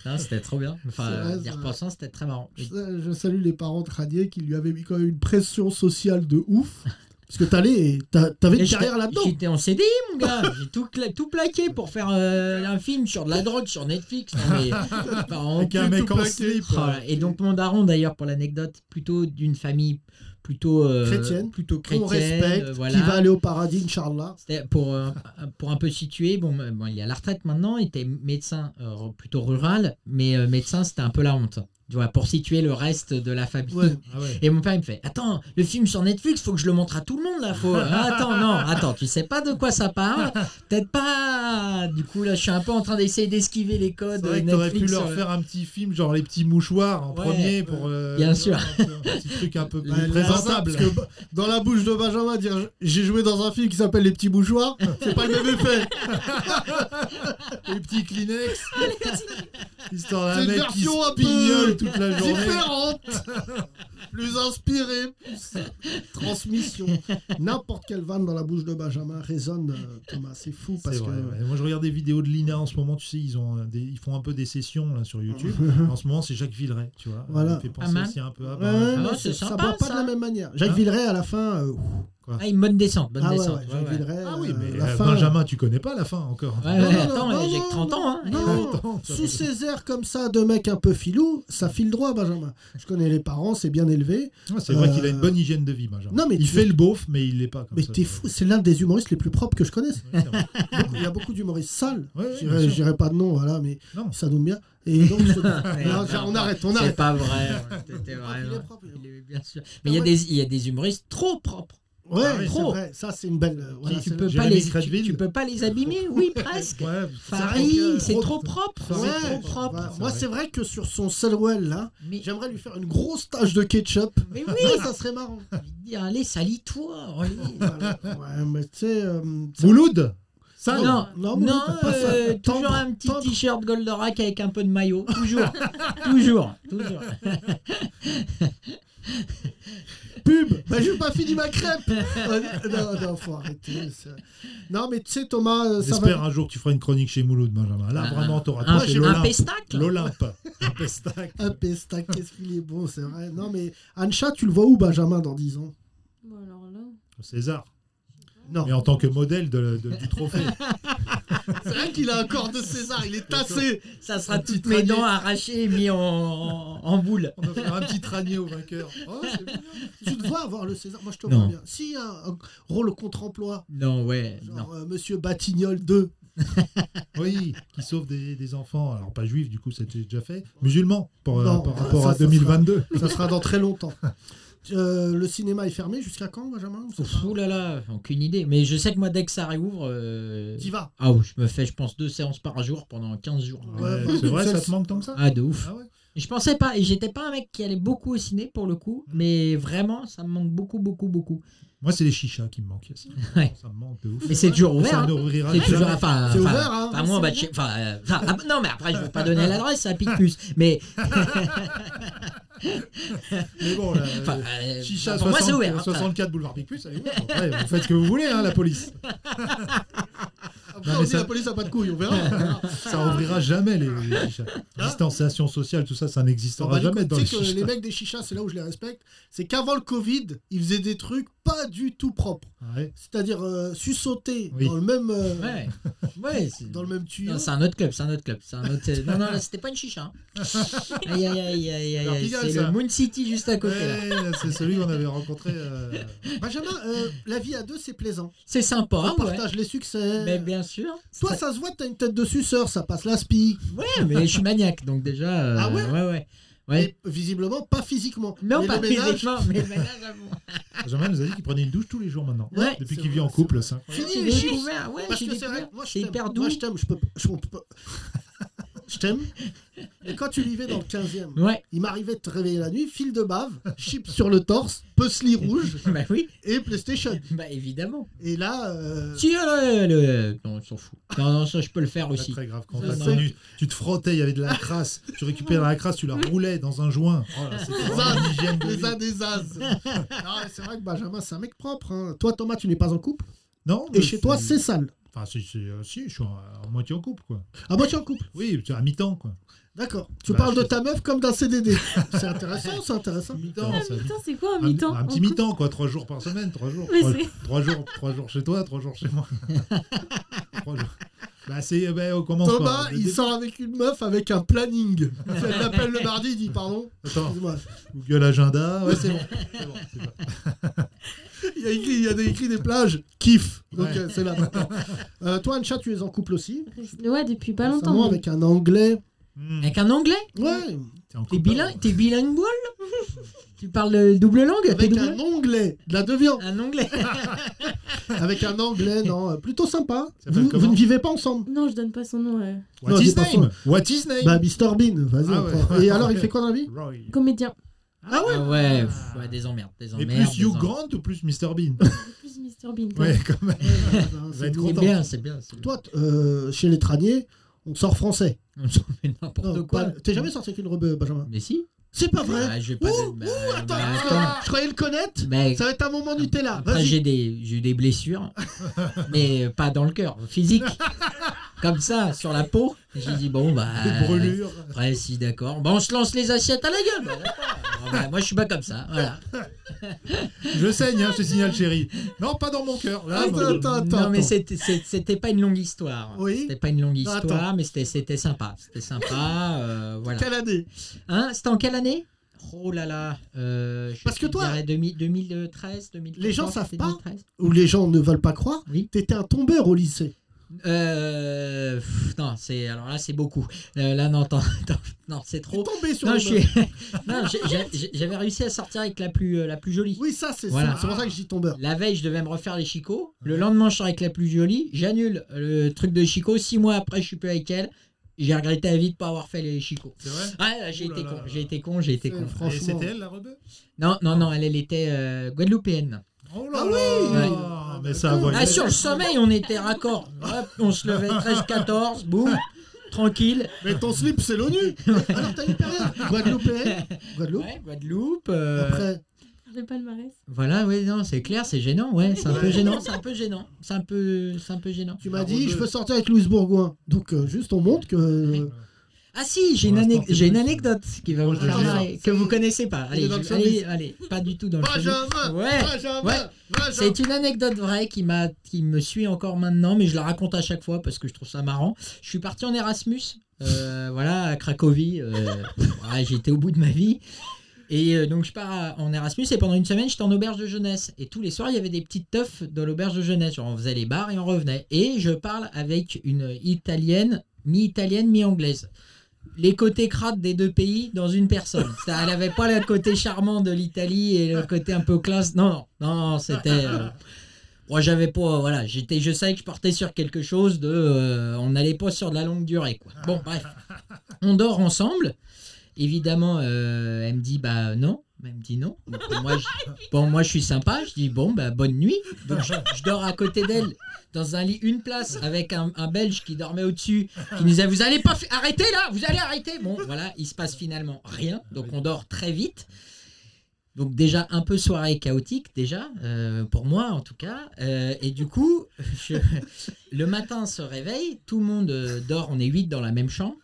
S5: Non, C'était trop bien. Enfin,
S3: C'est vrai,
S5: euh, y
S3: ça.
S5: repensant, c'était très marrant. Mais-
S3: Je, je salue les parents de Radier qui lui avaient mis quand même une pression sociale de ouf. Parce que t'allais, et t'a- t'avais
S5: Et
S3: une
S5: j'étais-
S3: carrière là-dedans.
S5: J'étais en CDI, mon gars. J'ai tout, cla- tout plaqué pour faire euh, un film sur de la drogue sur Netflix. Non, mais- enfin, en
S4: Avec
S5: plus,
S4: un
S5: tout
S4: mec en
S5: plaqué.
S4: slip.
S5: Oh là là. Et donc, mon daron, d'ailleurs, pour l'anecdote, plutôt d'une famille plutôt euh,
S3: Chrétienne.
S5: Plutôt chrétienne.
S3: Qu'on respecte,
S5: euh, voilà.
S3: qui va aller au paradis, Inch'Allah.
S5: C'était pour, euh, pour un peu situer, bon, euh, bon, il est à la retraite maintenant, il était médecin euh, plutôt rural, mais euh, médecin, c'était un peu la honte. Tu vois, pour situer le reste de la famille.
S3: Ouais.
S4: Ah ouais.
S5: Et mon père, il me fait Attends, le film sur Netflix, faut que je le montre à tout le monde là. Faut... Ah, Attends, non, attends, tu sais pas de quoi ça parle. Peut-être pas. Du coup, là, je suis un peu en train d'essayer d'esquiver les
S4: C'est
S5: codes.
S4: vrai que t'aurais
S5: Netflix.
S4: pu leur
S5: euh,
S4: faire un petit film, genre les petits mouchoirs en
S5: Ouais,
S4: premier pour. euh,
S5: bien sûr.
S4: Un, peu- un petit truc un peu
S3: Ouais,
S4: plus
S3: là, ça,
S4: présentable.
S3: parce que dans la bouche de Benjamin, dire j'ai joué dans un film qui s'appelle Les Petits Bouchoirs,
S5: <laughs>
S3: c'est pas le même effet.
S4: <laughs> Les
S3: <laughs>
S4: petits Kleenex. Histoire
S3: C'est
S4: d'un
S3: une
S4: mec qui
S3: version un peu
S4: se pignole toute la journée.
S3: différente, plus inspirée, plus transmission. N'importe quelle vanne dans la bouche de Benjamin résonne, euh, Thomas. C'est fou parce
S4: C'est vrai,
S3: que.
S4: ouais. Moi, je regarde des vidéos de Lina en ce moment. Tu sais, ils ont euh, des- ils font un peu des sessions là
S3: <laughs>
S4: sur YouTube. en ce moment, c'est Jacques Villeray, tu vois.
S3: Voilà.
S4: Il fait
S5: Pas
S4: penser
S5: mal.
S4: aussi un peu à.
S3: Ouais,
S4: bah,
S3: non,
S5: Ah,
S3: c'est-
S5: c'est
S3: ça
S5: sympa,
S3: bat pas
S5: ça.
S3: de la même manière. Jacques
S4: Hein
S3: Villeray à la fin. euh,
S5: Ah, une bonne descente, bonne
S3: ah ouais, ouais,
S5: descente.
S3: Jacques
S5: ouais, ouais.
S3: Villeray,
S4: Ah oui,
S3: euh,
S4: mais
S3: la
S4: euh,
S3: fin.
S4: Benjamin, tu connais pas la fin encore. hein. <laughs>
S5: Ouais,
S3: Non,
S5: ouais,
S3: non,
S5: attends,
S3: non,
S5: j'ai
S3: non,
S5: 30 ans. hein.
S3: Non, sous ces airs comme ça de mec un peu filou, ça file droit, Benjamin. Je connais les parents, c'est bien élevé.
S4: Ouais, c'est vrai
S3: Euh,
S4: qu'il a une bonne hygiène de vie, Benjamin.
S3: non, mais
S4: il
S3: tu-
S4: fait le beauf, mais il l'est pas. Comme
S3: Mais
S4: ça,
S3: t'es
S4: tu vois.
S3: fou, c'est l'un des humoristes les plus propres que je connaisse.
S4: Ouais, c'est vrai.
S3: Beaucoup- Il y a beaucoup d'humoristes sales.
S4: Ouais, ouais,
S3: Je
S4: bien
S3: dirais-
S4: sûr.
S3: je dirais pas de nom, voilà, mais
S4: Non.
S3: ça donne bien. Et donc,
S5: <laughs>
S3: je-
S5: Ouais,
S3: Non,
S5: non,
S3: genre, on
S5: non,
S3: arrête, on
S5: C'est
S3: arrête.
S5: pas vrai. ouais, c'était
S3: propre,
S5: vraiment-
S3: il
S5: <laughs>
S3: est propre, il est
S5: il est- bien sûr. Mais il y, a des, il y a des humoristes trop propres.
S3: Ouais,
S4: Ah oui,
S3: trop.
S5: trop.
S3: Vrai. Ça, c'est une belle. euh, voilà,
S5: tu,
S3: c'est-
S5: peux pas
S4: Jérémy
S5: les, tu,
S4: Crédville.
S5: tu peux pas les
S3: <laughs>
S5: abîmer, oui, presque.
S4: Ouais,
S5: Farid, c'est
S4: trop-
S5: trop propre.
S3: Ouais,
S5: C'est trop
S3: ouais,
S5: propre.
S3: voilà.
S4: c'est
S3: Moi,
S4: vrai.
S3: c'est vrai que sur son Selwell, là,
S5: Mais,
S3: j'aimerais lui faire une grosse tache de ketchup.
S5: mais
S3: Là,
S5: oui,
S3: ça serait marrant.
S5: envie de dire, allez, salis-toi. allez.
S3: Voilà. Ouais, mais tu sais. euh, ça-
S4: Mouloud Ça
S3: Ah, non,
S5: Non, non,
S3: mais t'as pas ça.
S5: euh,
S3: Tendre,
S5: toujours un petit
S3: tendre.
S5: t-shirt Goldorak avec un peu de maillot. <laughs> Toujours, toujours, toujours.
S3: pub Bah j'ai pas fini ma crêpe <laughs> Euh, Non, non, faut arrêter. ça. Non, mais tu sais, Thomas, euh, ça
S4: J'espère
S3: va.
S4: un jour que tu feras une chronique chez Mouloud, Benjamin. Là,
S5: Un-
S4: vraiment, t'auras
S5: Un,
S4: toi chez
S5: un
S4: l'Olympe.
S5: pestacle
S4: L'Olympe. <laughs> Un pestac.
S3: Un pestac, qu'est-ce qu'il est bon, c'est vrai. Non, mais Ancha, tu le vois où, Benjamin, dans 10 ans
S6: Bon, alors là.
S3: Oh,
S4: César.
S3: Non.
S4: Mais en tant que modèle de- de- du trophée.
S3: C'est vrai qu'il a un corps de César, il est tassé.
S5: Ça sera
S4: Un petit
S5: toutes mes
S4: traîner.
S5: dents arrachées et mis en, en boule.
S4: On va faire un petit ranier au vainqueur. Oh, c'est mignon.
S3: Tu te vois avoir le César, moi je te
S5: Non.
S3: vois bien. Si, un, un rôle contre-emploi,
S5: Non, ouais, non.
S3: genre euh, Monsieur Batignol 2.
S4: Oui, qui sauve des, des enfants. Alors, pas juifs, du coup, c'était déjà fait. Musulmans, par,
S3: Non,
S4: par
S3: ça,
S4: rapport
S3: ça,
S4: à
S3: ça sera-
S4: 2022.
S3: Ça sera dans très
S4: <laughs>
S3: longtemps. Euh, le cinéma est fermé jusqu'à quand, Benjamin On sait
S5: Ouf,
S3: pas.
S5: Ouh là là, aucune idée. Mais je sais que moi, dès que ça réouvre, euh,
S3: T'y vas.
S5: ah, ouais, je me fais, je pense, deux séances par jour pendant 15 jours.
S3: Ouais,
S4: Ouais, c'est vrai,
S3: ça-
S4: ça te manque tant que ça
S5: Ah, de ouf.
S4: Ah ouais
S5: Je pensais pas, et j'étais pas un mec qui allait beaucoup au ciné pour le coup, mais vraiment, ça me manque beaucoup, beaucoup, beaucoup.
S4: Moi, c'est les chichas qui me manquent. Ça,
S5: Ouais.
S4: ça me manque de ouf.
S5: Mais c'est toujours ouvert.
S4: Ça
S5: hein.
S4: n'ouvrira
S5: C'est
S4: jamais.
S5: toujours, enfin,
S3: C'est
S5: enfin,
S3: ouvert, hein
S5: enfin, moi, en bas de chez- enfin, euh, enfin, ah, non, mais après, je veux pas
S3: <laughs>
S5: donner l'adresse, ça pique plus. Mais,
S3: Euh,
S4: Mais bon, là, euh,
S5: enfin, euh,
S4: chicha
S5: pour moi,
S4: 60
S5: c'est ouvert. hein.
S4: 64 boulevard Picpus, elle est ouverte. Après, vous faites ce que vous voulez, hein, la police.
S3: Après,
S4: Non,
S3: on
S4: mais
S3: dit
S4: ça-
S3: la police a pas de couilles, on
S4: <laughs>
S3: verra.
S4: Ça ouvrira jamais, les, les chichas. Distanciation sociale, tout ça, ça
S3: Non,
S4: n'existera
S3: bah, du
S4: jamais
S3: coup,
S4: dans
S3: tu
S4: les
S3: sais que
S4: chichas.
S3: les mecs des chichas, c'est là où je les respecte. C'est qu'avant le Covid, ils faisaient des trucs pas du tout propre.
S4: Ouais.
S3: C'est-à-dire euh, sussauté
S4: Oui.
S3: dans le même euh,
S5: Ouais,
S3: <laughs>
S5: ouais. c'est-
S3: dans le même tuyau.
S5: Non, c'est un autre club, c'est un autre club. c'est Un autre... euh, Non, non, là, c'était pas une chicha.
S3: <laughs>
S5: hein. Aïe, aïe, aïe, aïe, aïe, aïe.
S4: Vertical,
S5: C'est
S4: ça.
S5: le Moon City juste à côté. là.
S4: Ouais, c'est celui qu'on avait rencontré. euh,
S3: Benjamin, euh, la vie à deux, c'est plaisant.
S5: C'est sympa,
S3: On
S5: Ah ouais.
S3: partage les succès.
S5: Mais bien sûr.
S3: Toi, ça se voit, t'as une tête de suceur, ça passe l'aspi.
S5: Ouais, mais je suis maniaque, donc déjà. euh,
S3: Ah ouais
S5: Ouais, ouais. Ouais.
S3: Et visiblement, pas physiquement.
S5: Non,
S3: Mais
S5: pas
S3: le ménage,
S5: physiquement, mais le
S3: <laughs>
S5: ménage à moi.
S4: Benjamin nous a dit qu'il prenait une douche tous les jours maintenant.
S5: Ouais.
S4: Depuis
S3: c'est
S4: qu'il vit
S3: vrai,
S4: en couple, ça.
S3: Fini
S5: J'ai
S3: les chips.
S5: découvert, ouais,
S3: Parce
S5: j'ai
S3: que c'est
S5: découvert.
S3: vrai, moi je
S5: C'est
S3: t'aime.
S5: hyper doux.
S3: Moi je t'aime, je peux pas- je peux pas- <laughs> Je t'aime. Et quand tu vivais dans le 15e,
S5: Ouais,
S3: il m'arrivait de te réveiller la nuit, fil de bave, chips sur le torse, puzzle rouge
S5: bah oui,
S3: et PlayStation.
S5: bah évidemment.
S3: Et là, euh,
S5: Si, euh, le, le- Non, on s'en fout. Non, non, ça, je peux le faire
S4: Pas
S5: aussi.
S4: très grave quand
S5: Ça,
S4: t'as
S5: ça.
S4: connu, tu te frottais, il y avait de la crasse, tu récupérais la crasse, tu la roulais dans un joint. Oh là, c'était
S3: Ça,
S4: vraiment l'hygiène de
S3: les
S4: vie.
S3: uns des as. Non, mais C'est vrai que Benjamin, c'est un mec propre. hein. Toi, Thomas, tu n'es pas en couple.
S4: Non,
S3: Et
S4: mais
S3: chez toi, c'est sale.
S4: Enfin, si, si, euh, si, je suis en, en moitié en couple, quoi.
S3: Ah, moi, tu es en couple.
S4: Oui, tu es à mi-temps, quoi.
S3: D'accord. Tu
S4: Bah,
S3: parles
S4: je
S3: de ta meuf comme d'un CDD. c'est intéressant, c'est intéressant.
S4: Mi-temps,
S6: Ah,
S4: ça-
S6: mi-temps, c'est quoi un
S4: un, mi-
S6: mi-temps
S4: un petit mi-temps, quoi. Trois jours par semaine, trois jours.
S6: Mais
S4: Trois,
S6: c'est-
S4: <laughs> trois jours, trois jours chez toi, trois jours chez moi. trois jours. Bah, c'est. Bah, on commence
S3: Thomas,
S4: par-
S3: il sort avec une meuf avec un planning. Elle l'appelle le mardi, il dit pardon.
S4: Attends,
S3: Excuse-moi.
S4: Google Agenda, ouais, Ah,
S3: <laughs>
S4: c'est bon. C'est bon, c'est bon.
S3: Il y a écrit, il y a des- écrit des plages, kiff. Donc
S4: Ouais.
S3: euh, c'est là maintenant. Euh, toi, Ancha, tu es en couple aussi.
S6: Ouais, depuis pas
S3: Récemment,
S6: longtemps. mais-
S3: avec un anglais.
S4: Hmm,
S5: Avec un anglais
S3: Ouais,
S4: t'es en
S5: T'es
S4: couple,
S5: bilingue, t'es bilingue boule Tu parles euh, double langue T'es
S3: avec
S5: double
S3: un anglais, de la deviande.
S5: Un anglais
S3: Avec un anglais, non, euh, plutôt sympa.
S4: Ça s'appelle
S3: Vous, vous
S4: comment
S3: ne vivez pas ensemble.
S6: Non, je donne pas son nom. euh,
S4: What
S3: Non,
S4: is
S3: dis pas
S4: name What is name
S3: Bah, Mr Bean, vas-y.
S4: Ah
S3: enfin.
S4: ouais.
S3: Et alors, il fait quoi dans la
S4: <laughs>
S3: vie
S4: Roy.
S6: Comédien.
S5: Ah ouais Ouais, pff, ouais, des emmerdes, des
S4: Et
S5: emmerdes.
S4: plus
S5: des
S4: You
S5: emmerdes.
S4: Grant ou plus Mr Bean
S6: Plus Mr Bean. quoi.
S4: <laughs> Ouais, quand même.
S3: Ben,
S4: va
S3: c'est
S4: être
S3: bon.
S5: C'est
S4: content.
S5: bien, c'est bien. c'est bien.
S3: Toi, t- euh, chez les Traniers, on sort français.
S5: On s'en fait n'importe
S3: Non,
S5: quoi.
S3: pas- T'es jamais sorti avec une robe, euh, Benjamin
S5: Mais si.
S3: C'est pas vrai
S5: Ah, je vais pas.
S3: Ouh,
S5: bah,
S3: ouh, attends,
S5: bah,
S3: parce que
S5: attends.
S3: je croyais le connaître.
S5: Mais
S3: Ça va être un moment Nutella.
S5: Après,
S3: Vas-y.
S5: j'ai des, j'ai eu des blessures, mais pas dans le cœur, <laughs> physique. Comme ça, sur la peau. J'ai dit, bon, bah.
S4: Des brûlures.
S5: Ouais, si, d'accord. Bah, on se lance les assiettes à la gueule. Bah, d'accord. Bon, bah, moi, je suis pas comme ça. Voilà.
S4: Je saigne, hein, je te signale, chérie. Non, pas dans mon cœur.
S3: <laughs>
S4: Là,
S3: Attends,
S4: bah,
S3: attends, attends.
S5: non, mais c'était, c'est- c'était pas une longue histoire.
S3: Oui.
S5: C'était pas une longue
S3: Non,
S5: histoire,
S3: attends.
S5: mais c'était, c'était sympa. C'était sympa. euh, voilà.
S3: Quelle année
S5: Hein, c'était en quelle année Oh là là. euh, je
S3: Parce que
S5: te
S3: toi-
S5: dirais 2000 2013, 2014.
S3: Les gens savent pas.
S5: 2013.
S3: Où les gens ne veulent pas croire,
S5: Oui.
S3: t'étais un tombeur au lycée.
S5: Euh, pff, non, c'est alors là c'est beaucoup. Euh, là non, <laughs> t'en- t'en- non c'est
S3: T'es
S5: trop.
S3: tombé sur
S5: Oh. Non,
S3: les
S5: je
S3: meufs.
S5: suis- <laughs> non, j'ai- j'ai- j'ai- j'avais réussi à sortir avec la plus euh, la plus jolie.
S3: Oui, ça, c'est
S5: Voilà.
S3: c'est pour ça que je dis tombeur.
S5: La veille, je devais me refaire les chicots. Le lendemain, je sors avec la plus jolie. J'annule le truc de chicot. Six mois après, je suis plus avec elle. J'ai regretté à vie de pas avoir fait les chicots.
S4: C'est vrai
S5: Ah, là, j'ai
S4: Ouh là
S5: été
S4: là
S5: con,
S4: là.
S5: j'ai été con, j'ai été
S3: C'est
S5: con.
S3: franchement.
S4: Et c'était elle, la rebeu
S5: Non, non, non, elle, elle était euh, guadeloupéenne.
S4: Oh là
S3: Ah
S4: là
S3: oui
S4: Mais ça, voilà.
S5: Ah, sur le sommeil, on était raccord. Hop, on se levait 13-14, boum, tranquille.
S3: Mais ton slip, c'est
S5: <laughs>
S3: l'ONU Alors, t'as une période Guadeloupéenne Guadeloupe
S5: Ouais, Guadeloupe. euh,
S3: Après,
S6: Le palmarès.
S5: Voilà, oui, non, c'est clair, c'est gênant, ouais, c'est un peu gênant, c'est un peu gênant, c'est un peu, c'est un peu gênant.
S3: tu m'as dit, je veux sortir avec Louise Bourgoin. Donc, euh, juste, on montre que. euh,
S5: Ah si, j'ai
S4: Pour
S5: une,
S4: l'instant,
S5: anec-
S4: c'est
S5: j'ai une
S4: possible.
S5: anecdote qui va vous
S4: Proche de
S5: faire
S4: chez
S5: marrer,
S3: soi.
S5: que vous connaissez pas.
S3: Il est
S5: Allez,
S3: dans le
S5: je-
S3: service.
S5: allez, allez, pas du tout dans le service.
S3: Benjamin
S5: Ouais,
S4: Ah,
S3: Benjamin
S5: ouais.
S3: Benjamin
S5: c'est une anecdote vraie qui m'a, qui me suit encore maintenant, mais je la raconte à chaque fois parce que je trouve ça marrant. Je suis parti en Erasmus, euh, <laughs> voilà, à Cracovie. euh, <laughs> ouais, j'étais au bout de ma vie. Et euh, donc je pars à- en Erasmus et pendant une semaine j'étais en auberge de jeunesse et tous les soirs il y avait des petites teufs dans l'auberge de jeunesse genre on faisait les bars et on revenait et je parle avec une italienne mi-italienne mi-anglaise les côtés crades des deux pays dans une personne Ça, elle avait pas le côté charmant de l'Italie et le côté un peu classe non non non, non, c'était euh, moi j'avais pas voilà j'étais je savais que je portais sur quelque chose de euh, on n'allait pas sur de la longue durée quoi bon bref on dort ensemble Évidemment, euh, elle me dit bah non. Elle me dit non. Donc, moi, je, bon, moi, je suis sympa. Je dis bon, bah bonne nuit. Donc, je, je dors à côté d'elle dans un lit, une place avec un, un Belge qui dormait au-dessus, qui nous disait vous allez pas fi- arrêter là, vous allez arrêter. Bon, voilà, il se passe finalement rien. Donc, on dort très vite. Donc déjà un peu soirée chaotique déjà euh, pour moi en tout cas Euh, et du coup <laughs> je- le matin on se réveille tout le monde euh, dort on est huit dans la même chambre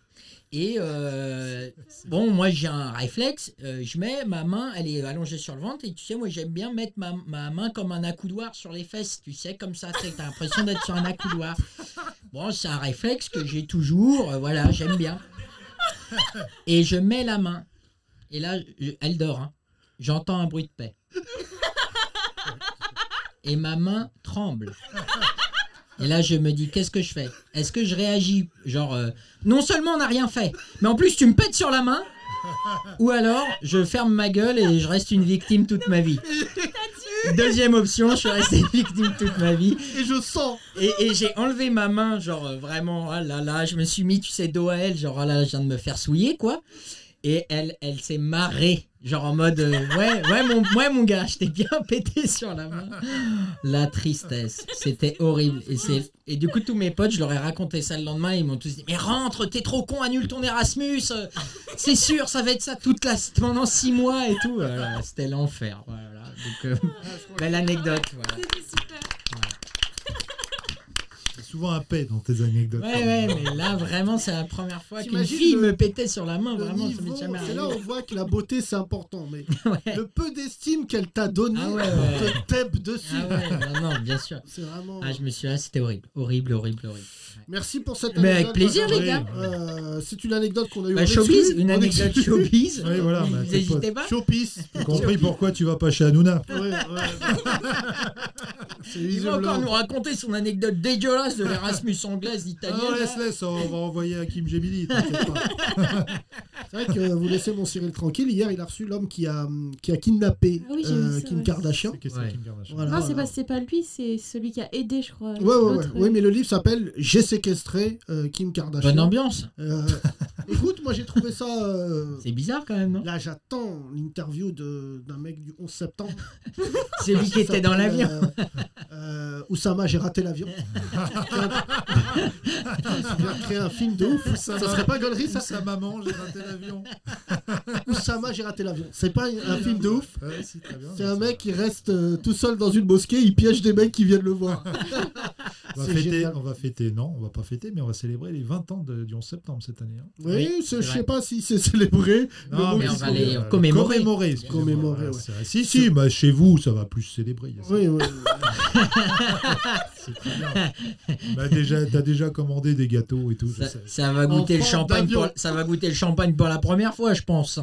S5: Et euh, bon, moi j'ai un réflexe, euh, je mets ma main, elle est allongée sur le ventre, et tu sais, moi j'aime bien mettre ma, ma main comme un accoudoir sur les fesses, tu sais, comme ça, tu as l'impression d'être sur un accoudoir. Bon, c'est un réflexe que j'ai toujours, euh, voilà, j'aime bien. Et je mets la main, et là, je- elle dort, hein. j'entends un bruit de paix. Et ma main tremble. Et là, je me dis, qu'est-ce que je fais Est-ce que je réagis Genre, euh, non seulement on n'a rien fait, mais en plus tu me pètes sur la main, ou alors je ferme ma gueule et je reste une victime toute ma vie. Deuxième option, je suis resté victime toute ma vie.
S3: Et je sens.
S5: Et, et j'ai enlevé ma main, genre euh, vraiment, ah là là, je me suis mis, tu sais, dos à elle, genre, ah là là, je viens de me faire souiller, quoi. Et elle, elle s'est marrée, genre en mode, euh, ouais, ouais mon, ouais, mon gars, je t'ai bien <laughs> pété sur la main. La tristesse, c'était horrible. Et, c'est- et du coup, tous mes potes, je leur ai raconté ça le lendemain, ils m'ont tous dit, mais rentre, t'es trop con, annule ton Erasmus, euh, c'est sûr, ça va être ça toute la, pendant six mois et tout. Voilà, c'était l'enfer, voilà. Donc, euh, belle anecdote, voilà.
S6: <laughs> C'était super.
S4: C'est souvent un paix dans tes anecdotes.
S5: Ouais, ouais, mais là, vraiment, c'est la première fois qu'une
S3: T'imagines
S5: fille
S3: le-
S5: me pétait sur la main.
S3: Le
S5: <laughs> Vraiment, ça
S3: niveau,
S5: m'est jamais
S3: c'est
S5: arrivé.
S3: là où on voit que la beauté c'est important, mais
S5: <laughs> Ouais.
S3: le peu d'estime qu'elle t'a donné,
S5: Ah ouais,
S3: elle
S5: ouais.
S3: te tape dessus.
S5: Ah ouais, non, non, bien sûr.
S3: C'est vraiment.
S5: Ah, je me suis là, c'était horrible. Horrible, horrible, horrible.
S3: Merci pour cette
S5: Mais
S3: anecdote.
S5: avec plaisir,
S3: Benjamin.
S5: les gars.
S3: Euh, c'est une anecdote qu'on a eu.
S5: Bah, showbiz, une anecdote showbiz.
S4: Oui, voilà, bah,
S5: Vous
S4: tes
S5: n'hésitez
S4: potes.
S5: pas <laughs>
S3: Showbiz. <laughs>
S4: T'as compris pourquoi tu vas pas chez Hanouna
S3: Ouais, ouais, C'est
S5: Il <laughs> va
S3: visiblement-
S5: encore nous raconter son anecdote dégueulasse de l'Erasmus anglaise, italienne.
S3: Ah
S4: Non,
S5: là.
S4: laisse, laisse, on va envoyer à Kim Gemini. t'inquiète pas.
S3: C'est vrai que euh, vous laissez mon Cyril tranquille. Hier, il a reçu l'homme qui a, hum, qui a kidnappé
S6: Ah oui, j'ai
S3: euh,
S6: vu ça,
S3: Kim
S6: ouais.
S3: Kardashian.
S4: C'est qu'est-ce que
S5: Ouais.
S4: Kim Kardashian
S3: Voilà.
S6: non, c'est pas, c'est pas lui, c'est celui qui a aidé, je crois.
S3: Ouais, ouais, ouais.
S6: l'autre.
S3: Oui, mais le livre s'appelle J'ai séquestré euh, Kim Kardashian.
S5: Bonne ambiance.
S3: Euh, écoute, moi j'ai trouvé ça. euh,
S5: C'est bizarre quand même, non
S3: Là, j'attends l'interview de- d'un mec du 11 septembre. Ah,
S5: Celui qui était dans l'avion.
S3: Euh, euh, Oussama, j'ai raté
S5: <laughs>
S3: l'avion. <laughs> Putain, Il vient de créer un film de ouf.
S4: Oussama.
S3: Ça serait pas gaulerie,
S4: Ça,
S3: ça
S4: sa maman, j'ai raté l'avion.
S3: Oussama, j'ai raté l'avion. C'est pas un film de ouf.
S4: Ouais, si, très bien.
S3: C'est un mec qui reste euh, tout seul dans une mosquée, il piège des mecs qui viennent le
S4: Ah,
S3: voir.
S4: On va,
S3: C'est
S4: fêter,
S3: génial.
S4: on va fêter, non, on va pas fêter, mais on va célébrer les 20 ans de- du 11 septembre cette année. hein.
S3: Oui, c'est-
S5: c'est
S3: je
S5: vrai.
S3: sais pas si c'est célébré. Le
S4: Non,
S3: mot
S5: mais
S3: qui
S5: on
S3: se
S5: va
S3: trouve.
S5: les-
S4: euh,
S5: commémorer.
S4: Commémorer, excusez-moi.
S3: Commémorer,
S4: Voilà,
S3: ouais.
S4: c'est vrai. Si, si, bah, chez vous, ça va plus célébrer. il y a ça.
S3: Oui, oui.
S4: C'est très bien. bah, déjà, t'as déjà commandé des gâteaux et tout. je
S5: Ça,
S4: sais.
S5: ça va goûter le
S3: Enfant
S5: champagne
S3: d'avion. Ah.
S5: pour, ça va goûter le champagne pour la première fois, je pense.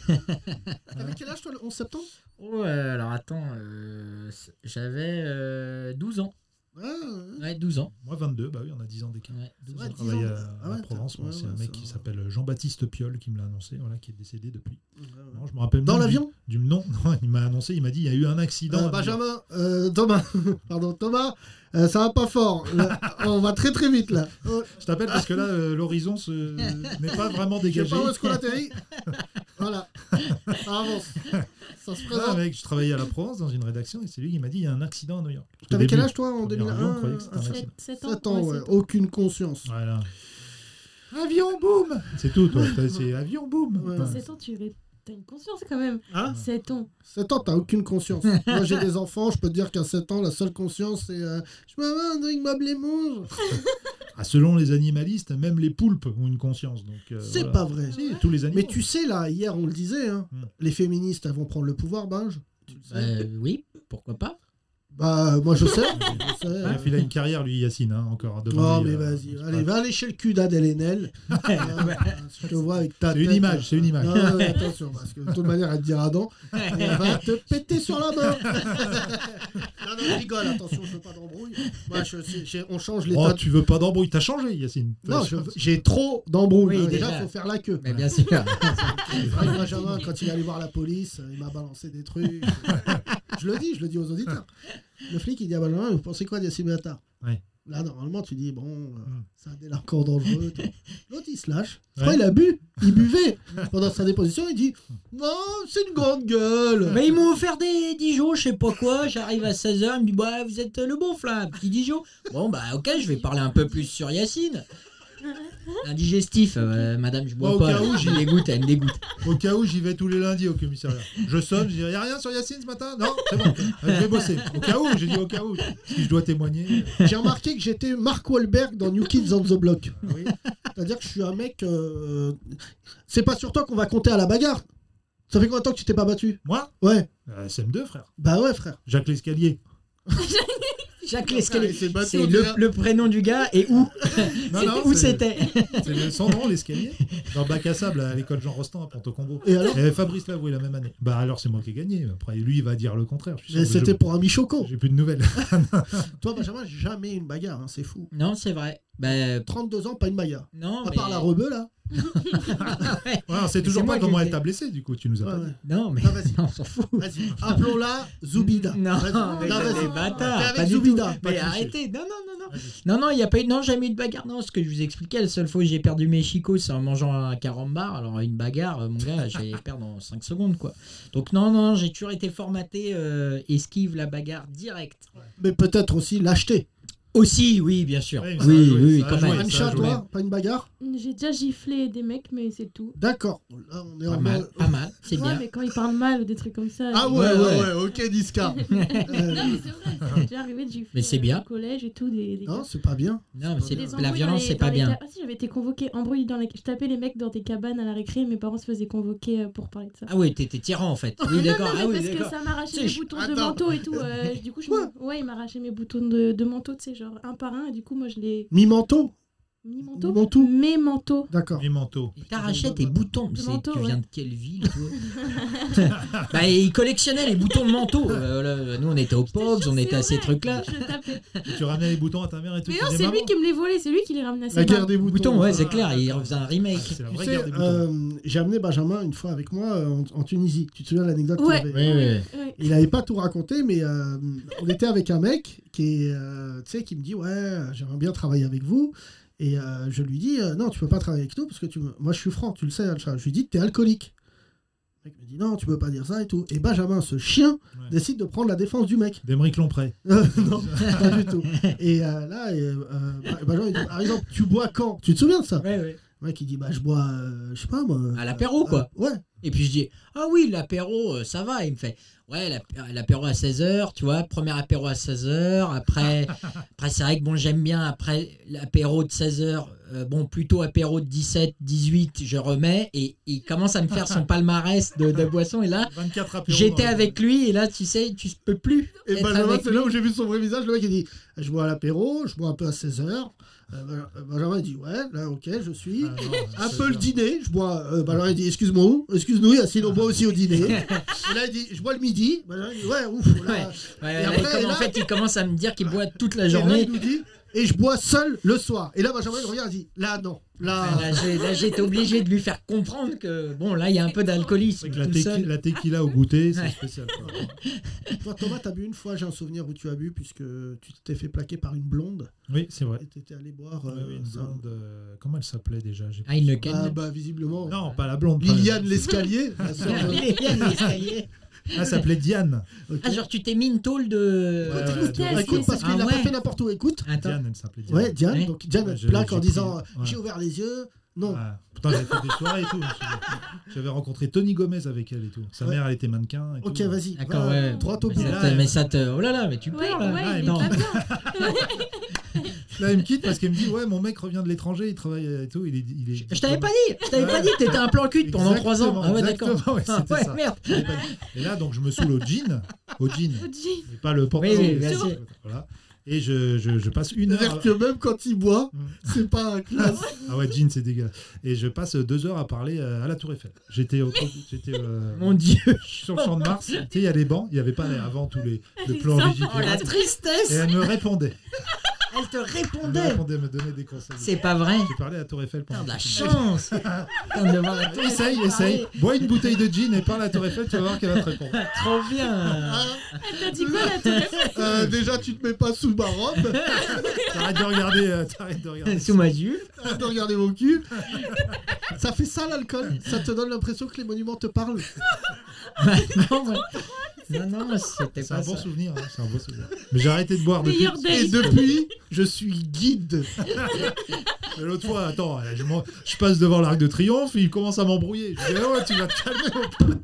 S3: <laughs> T'avais quel âge toi le 11 septembre
S5: Oh, euh, alors attends, euh, c'est- j'avais euh, 12 ans.
S3: Ah, ouais.
S5: Ouais, 12 ans.
S4: Moi, 22, bah oui, on a 10 ans d'écart.
S5: Ouais, 12
S3: Ouais,
S5: ans.
S4: Je
S3: 10
S4: travaille
S3: ans.
S4: à,
S3: Ah
S4: à
S3: ouais,
S4: Provence,
S3: t'as-
S4: moi,
S3: ouais,
S4: c'est un
S3: ouais,
S4: mec
S3: ça
S4: qui
S3: va.
S4: s'appelle euh, Jean-Baptiste Piolle qui me l'a annoncé, voilà, qui est décédé depuis.
S3: Ouais, ouais.
S4: Non, je me rappelle
S3: Dans
S4: même du-
S3: l'avion
S4: du, nom, non, il m'a annoncé, il m'a dit il y a eu un accident.
S3: Euh,
S4: à
S3: Benjamin, euh, Thomas, <laughs> pardon, Thomas, euh, ça va pas fort.
S4: <laughs>
S3: Là, on va très très vite là. Euh,
S4: Je t'appelle parce que là, euh,
S3: <laughs>
S4: l'horizon se... n'est pas vraiment
S3: Je sais
S4: dégagé.
S3: pas où est-ce qu'on
S4: <laughs>
S3: atterrit. voilà. Ça avance. Ça se
S4: Ah,
S3: présente.
S4: mec, je travaillais à la Provence dans une rédaction et c'est lui qui m'a dit il y a un accident à New York. Au
S3: T'avais
S4: début,
S3: quel âge toi en
S4: premier avion, on
S3: 2001
S4: croyait que c'était un accident.
S6: 7 ans.
S3: 7 ans, ouais.
S6: sept ans.
S3: Aucune conscience.
S4: Voilà. Avion boum C'est tout, toi. T'as- C'est avion boum.
S3: Ouais.
S4: Enfin,
S6: Dans sept ans, tu avais- t'as une conscience quand même.
S3: Hein
S6: 7 ans.
S3: 7 ans, t'as aucune
S4: <laughs>
S3: conscience. Moi, j'ai des enfants, je peux te dire qu'à 7 ans, la seule conscience, c'est euh, je me mets un drink Bob Lémonge.
S4: ah, selon les animalistes, même les poulpes ont une conscience. Donc, euh,
S3: C'est
S4: voilà.
S3: pas vrai.
S4: Si, tous les animaux.
S3: Mais tu sais, là, hier, on le disait, hein,
S4: Hmm.
S3: les féministes, elles vont prendre le pouvoir, Binge. Tu le sais
S5: Euh, oui, pourquoi pas
S3: Bah, moi, je
S4: <laughs>
S3: sais. je sais, euh,
S4: il a une carrière, lui, Yacine, hein, encore. devant
S3: Non,
S4: lui,
S3: mais
S4: euh,
S3: vas-y.
S4: c'est
S3: Allez,
S4: pas-
S3: va aller chez le cul d'Adèle
S4: <laughs>
S3: Haenel. Euh, je te vois avec ta
S4: C'est une
S3: tête,
S4: image,
S3: euh,
S4: c'est une image.
S3: Non, non, non, attention, parce que de toute manière, elle te dira
S4: <laughs>
S3: non. Et elle va te péter sur la main. non, non, je rigole, attention, je veux pas d'embrouille. Moi, je- c'est- j'ai- on change les
S4: Oh,
S3: tas-
S4: tu veux pas d'embrouille T'as changé, Yacine.
S3: Non,
S4: T'as-
S3: je- j'ai trop d'embrouilles.
S5: Oui,
S3: hein. déjà,
S5: déjà.
S3: faut faire la queue.
S5: <laughs> Mais bien sûr.
S3: Ah, Benjamin, quand il est allé voir la police, euh, il m'a balancé des trucs. je le dis, je le dis aux auditeurs. Le flic, il dit à Benjamin, vous pensez quoi d'Yacine Beata
S4: Ouais.
S3: Là, normalement, tu dis, bon, euh,
S4: Mm.
S3: c'est un délinquant dangereux. tout. L'autre, il se lâche. Je
S4: Ouais.
S3: crois il a bu. Il buvait. Pendant sa déposition, il dit, non, c'est une grande gueule.
S5: Mais ils m'ont offert des Dijon, je sais pas quoi. J'arrive à 16h, ils me disent Bah, vous êtes le bon là, petit Dijon. Bon, bah, ok, je vais parler un peu plus sur Yacine. Un digestif, euh, madame, je
S3: Bah,
S5: bois
S4: Moi, au
S5: pas.
S4: cas où,
S5: elle me dégoûte, elle me dégoûte.
S4: Au cas où, j'y vais tous les lundis au commissariat. Je sonne, je dis Y'a rien sur Yacine ce matin Non C'est bon, Euh, je vais bosser. Au cas où, j'ai dit au cas où. Si je dois témoigner. euh,
S3: J'ai remarqué que j'étais Mark Wahlberg dans New Kids on the Block.
S4: Oui.
S3: C'est-à-dire que je suis un mec. euh, C'est pas sur toi qu'on va compter à la bagarre. Ça fait combien de temps que tu t'es pas battu
S4: Moi
S3: Ouais.
S4: euh, SM2, frère.
S3: Bah ouais, frère.
S4: Jacques L'escalier.
S5: Jacques
S3: Ah,
S5: Lescalier.
S3: il s'est battu,
S5: C'est
S3: on
S5: le,
S3: dirait.
S5: le prénom du gars et où
S4: Non,
S5: C'était-
S4: non,
S5: Où
S4: c'est-
S5: c'était
S4: C'est le- son nom, l'escalier. Dans le bac à sable à l'école Jean Rostand à Porto Combo.
S3: Et alors
S4: Et Fabrice Laboué la même année. Bah alors c'est moi qui ai gagné. Après lui il va dire le contraire. je suis
S3: Mais
S4: sûr que
S3: c'était pour un Michoko.
S4: je- J'ai plus de nouvelles.
S3: Toi, Benjamin, j'ai jamais eu une bagarre, hein, c'est fou.
S5: Non, c'est vrai. Ben,
S3: 32 ans, pas une bagarre.
S5: non,
S3: À
S5: mais...
S3: part la rebeu, là.
S4: Ouais, on sait
S5: Mais
S4: toujours
S5: c'est moi
S4: pas
S5: qui
S4: comment
S5: ai
S4: elle
S5: gagné.
S4: t'a blessé du coup. Tu nous as
S3: Ouais,
S4: pas dit.
S3: ouais.
S5: Non, mais
S3: Ah,
S5: <laughs>
S3: vas-y.
S5: on s'en fout.
S3: Vas-y, appelons-la Zoubida.
S5: Non,
S3: Vas-y.
S5: mais
S3: Non,
S5: c'est
S3: vas-y.
S5: des
S3: T'es
S5: bâtards.
S3: avec
S5: Pas du tout.
S3: Zoubida, pas
S5: Mais
S3: cliché.
S5: arrêtez. Non, non, non, non. Non, non, il n'y a pas eu. Non, jamais eu de bagarre. Non, ce que je vous expliquais, la seule fois où j'ai perdu mes chicots, c'est en mangeant un carambar. Alors, une bagarre, euh, mon
S6: <laughs>
S5: gars, j'allais perdre en 5 secondes, quoi. Donc, non, non, j'ai toujours été formaté euh, esquive la bagarre directe.
S3: Mais peut-être aussi l'acheter.
S5: Aussi, oui, bien sûr.
S4: Ouais,
S5: Oui,
S4: mais ça a
S5: oui,
S4: joué,
S5: oui,
S4: ça a
S5: quand
S4: joué.
S5: même.
S4: ça,
S3: Ancha,
S4: je
S3: toi, pas une bagarre
S6: J'ai déjà giflé des mecs, mais c'est tout.
S3: D'accord. Là, on est
S5: Pas
S3: en
S5: mal,
S3: mode-
S5: pas mal, c'est
S6: Ouais,
S5: bien.
S6: mais quand ils parlent mal ou des trucs comme ça.
S3: Ah
S6: je-
S3: ouais, ouais,
S5: Ouais,
S3: ouais,
S5: ouais.
S3: ok,
S4: <laughs>
S3: Disca. euh,
S5: <laughs>
S6: Non, mais c'est vrai, c'est déjà arrivé de gifler
S5: Mais c'est
S6: euh,
S5: bien.
S6: au collège et tout. Des, des
S3: non, c'est pas bien.
S5: Non, mais c'est-
S6: des embrouilles
S5: la
S6: dans
S5: violence,
S6: les-
S5: c'est
S6: dans
S5: pas
S6: les
S5: bien.
S6: ca- Ah si, j'avais été convoquée, embrouille dans les... Je tapais les mecs dans des cabanes à la récré, mes parents se faisaient convoquer euh, pour parler de ça.
S5: Ah oui, t'étais tyran en
S6: <laughs>
S5: fait. Oui,
S6: Mais non,
S5: d'accord.
S6: non, mais
S5: Ah oui,
S6: parce que
S5: d'accord.
S6: ça m'arrachait
S5: C'est
S6: les
S5: ch-
S6: boutons de
S3: Attends.
S6: manteau et tout. euh, du coup, je
S3: Quoi
S6: me- ouais, il m'arrachait mes boutons de, de manteau, tu sais, genre un par un. Et du coup, moi, je les
S3: Mi-manteau,
S6: mis manteau.
S3: Manteau.
S6: Mes manteaux.
S3: d'accord.
S4: Les manteaux.
S5: Il t'arrachait tes boutons. C'est-
S6: manteau,
S5: tu
S6: ouais.
S5: viens de quelle ville, toi <laughs> Bah, il collectionnait les boutons de manteau. Euh, là, nous, on était aux Pops, on était à ces trucs-là.
S6: Je tapais.
S4: Et tu ramenais les boutons à ta mère et tout.
S6: Mais
S4: tu
S6: non,
S4: disais,
S6: c'est lui
S4: Maman,
S6: qui me les volait, c'est lui qui les ramenait à ses
S3: La guerre
S6: parents.
S3: des boutons. hein.
S5: Boutons, ouais, c'est
S4: Ah,
S5: clair. Il refaisait un
S4: Ah,
S5: remake.
S4: C'est la
S3: Tu
S4: vraie
S3: sais,
S4: guerre des boutons.
S3: euh, j'ai amené Benjamin une fois avec moi euh, en, en Tunisie. Tu te souviens de l'anecdote qu'il
S6: Ouais.
S3: avait
S5: Oui, oui.
S6: Ouais.
S3: Il n'avait pas tout raconté, mais euh, on était avec un mec qui, est, euh, tu sais, qui me dit Ouais, j'aimerais bien travailler avec vous. Et euh, je lui dis euh, Non, tu peux pas travailler avec nous parce que tu me- moi je suis franc, tu le sais, Alcha. Je lui dis T'es alcoolique. Le mec me dit Non, tu peux pas dire ça et tout. Et Benjamin, ce chien,
S4: Ouais.
S3: décide de prendre la défense du mec. <laughs>
S4: D'Emeric Lompré.
S3: Euh, non, pas du tout. Et euh, là, et, euh, bah, Benjamin, il dit, Par exemple, tu bois quand Tu te souviens de ça
S5: Ouais, ouais.
S3: Le mec, il dit Bah, je bois, euh, je sais pas moi.
S5: À l'apéro, quoi.
S3: euh, ouais.
S5: Et puis je dis Ah oui, l'apéro, euh, ça va. Il me fait Ouais, l'ap- l'apéro à 16h, tu vois. Premier apéro à 16h. Après, après c'est vrai que bon, j'aime bien. Après l'apéro de 16h, euh, bon, plutôt apéro de 17, 18, je remets. Et il commence à me faire son palmarès de, de boissons. Et là,
S4: 24 apéros.
S5: j'étais
S4: dans le-
S5: avec lui. Et là, tu sais, tu peux plus.
S3: Et ben,
S5: être
S3: Benjamin,
S5: avec
S3: c'est
S5: lui.
S3: là où j'ai vu son vrai visage. Le mec, il dit Je bois à l'apéro, je bois un peu à 16h. euh, Benjamin, il dit Ouais, là, ok, je suis.
S4: Ah, non,
S3: un
S4: c'est
S3: peu le
S4: sûr.
S3: dîner, je bois. euh, Benjamin, il dit Excuse-moi, où excuse-nous, Yacine, on boit aussi au
S4: <laughs>
S3: dîner. et là, il dit Je bois le midi. Benjamin, il dit Ouais, ouf. là.
S5: Ouais,
S3: Et
S5: là,
S3: après,
S5: il commence-
S3: et là-
S5: En fait, il commence à me dire qu'il boit toute la
S3: Et là,
S5: journée.
S3: il nous dit Et je bois seul le soir. Et là, Benjamin, il revient, il dit Là, non. Là.
S5: Là, j'ai- là, j'ai été obligé de lui faire comprendre que, bon, là, il y a un peu
S4: C'est
S5: d'alcoolisme.
S4: vrai que la,
S5: tout
S4: tequi-
S5: seul.
S4: la tequila au goûter, c'est
S5: Ouais.
S4: spécial. quoi.
S3: <laughs> Toi, Thomas, t'as bu une fois, j'ai un souvenir où tu as bu, puisque tu t'es fait plaquer par une blonde
S4: Oui, c'est vrai.
S3: et t'étais allé boire.
S4: Ouais,
S3: euh,
S4: oui, une
S3: ça.
S4: blonde, euh, comment elle s'appelait déjà J'ai-
S5: Ah, il ne
S3: Ah,
S5: calme.
S3: bah, visiblement.
S4: Non, pas la blonde. pas-
S3: Liliane L'Escalier, <laughs> la sœur de-
S5: <laughs> Il y a l'escalier.
S4: Elle s'appelait Diane. Euh,
S3: Ok.
S5: Ah, genre, tu t'es mis une tôle de.
S4: Ouais, ouais,
S3: écoute,
S4: de-
S6: ouais,
S3: écoute,
S6: c'est-
S3: parce qu'il
S5: ah
S3: l'a pas
S5: ouais.
S3: fait n'importe où, écoute.
S5: Ah, Attends.
S4: Diane, elle s'appelait Diane.
S3: Ouais, Diane,
S5: Ouais.
S3: donc Diane
S4: Ouais,
S3: elle
S4: j'ai-
S3: plaque
S4: j'ai
S3: en
S4: pris-
S3: disant
S4: ouais.
S3: J'ai ouvert les yeux. Non.
S4: Ouais. Pourtant, j'avais fait des soirées et tout. J'avais- J'avais rencontré Tony Gomez avec elle et tout. Sa
S3: Ouais.
S4: mère, elle était mannequin. Et
S3: ok,
S4: tout.
S3: vas-y.
S5: D'accord,
S3: va,
S5: ouais.
S3: Droit au
S5: Mais
S3: bout.
S5: ça
S4: là,
S5: te-
S4: elle-
S5: mais ça te. Oh là là, mais tu
S6: Ouais,
S5: pleures là.
S4: Ah,
S6: ouais, il est
S5: non.
S6: pas bien.
S4: Là, elle me quitte parce qu'elle me dit Ouais, mon mec revient de l'étranger, il travaille et tout. Il est, il est...
S5: Je t'avais pas dit, je t'avais pas dit que t'étais un plan cul pendant 3
S4: Exactement,
S5: ans. Ah ouais, d'accord.
S4: exactement, ouais,
S5: Ah
S4: c'était
S5: ouais,
S4: ça.
S5: merde.
S4: Je l'ai pas dit. Et là, donc, je me saoule au jean. Au
S5: <laughs>
S4: jean.
S6: Au jean.
S4: Mais pas le porte
S5: Oui, oui, bien sûr.
S4: Voilà. Et je, je, je passe une
S3: C'est-à-dire
S4: heure.
S3: que même quand il boit,
S4: Mm.
S3: c'est pas un
S4: <laughs>
S3: classe.
S4: Ah ouais, jean, c'est dégueulasse. Et je passe deux heures à parler euh, à la Tour Eiffel. J'étais au- j'étais euh,
S5: Mon dieu.
S4: sur le champ de Mars. Tu sais, il y a les bancs. Il n'y avait pas les- avant tous les, les
S6: Les
S4: plans
S6: enfants.
S4: Vigipirate.
S5: Oh, la
S4: Et
S5: tristesse.
S4: elle me répondait.
S5: Elle te
S4: Elle me
S5: répondait.
S4: répondait, elle me donnait des conseils.
S5: C'est bah, pas vrai.
S4: J'ai parlé à la Tour Eiffel
S5: Putain,
S4: pendant.
S5: de la
S4: tout le
S5: chance. <laughs> Putain, de voir la
S4: temps. Essaye, essaye. Bois une bouteille de gin et parle à la Tour Eiffel, tu vas voir qu'elle va te répondre.
S5: Trop bien.
S3: Ah,
S6: T'as dit quoi, là, tout à fait
S3: euh, déjà, tu te mets pas sous ma robe.
S4: T'arrêtes de regarder. euh, T'arrêtes de regarder.
S5: Sous ma jupe.
S3: Arrête de regarder mon cul. Ça fait ça l'alcool. Ça te donne l'impression que les monuments te parlent.
S5: non, moi- non, non, moi, c'était
S4: C'est un
S5: pas
S4: bon
S5: ça.
S4: souvenir. hein, C'est un bon souvenir. Mais j'ai arrêté de boire depuis.
S6: Meilleur
S5: <laughs>
S3: Et
S6: date.
S3: depuis, je suis guide.
S4: Mais L'autre fois, attends, je, m'en- je passe devant l'Arc de Triomphe, il commence à m'embrouiller. Je <laughs> dis, Ah ouais, tu vas te calmer, mon pote.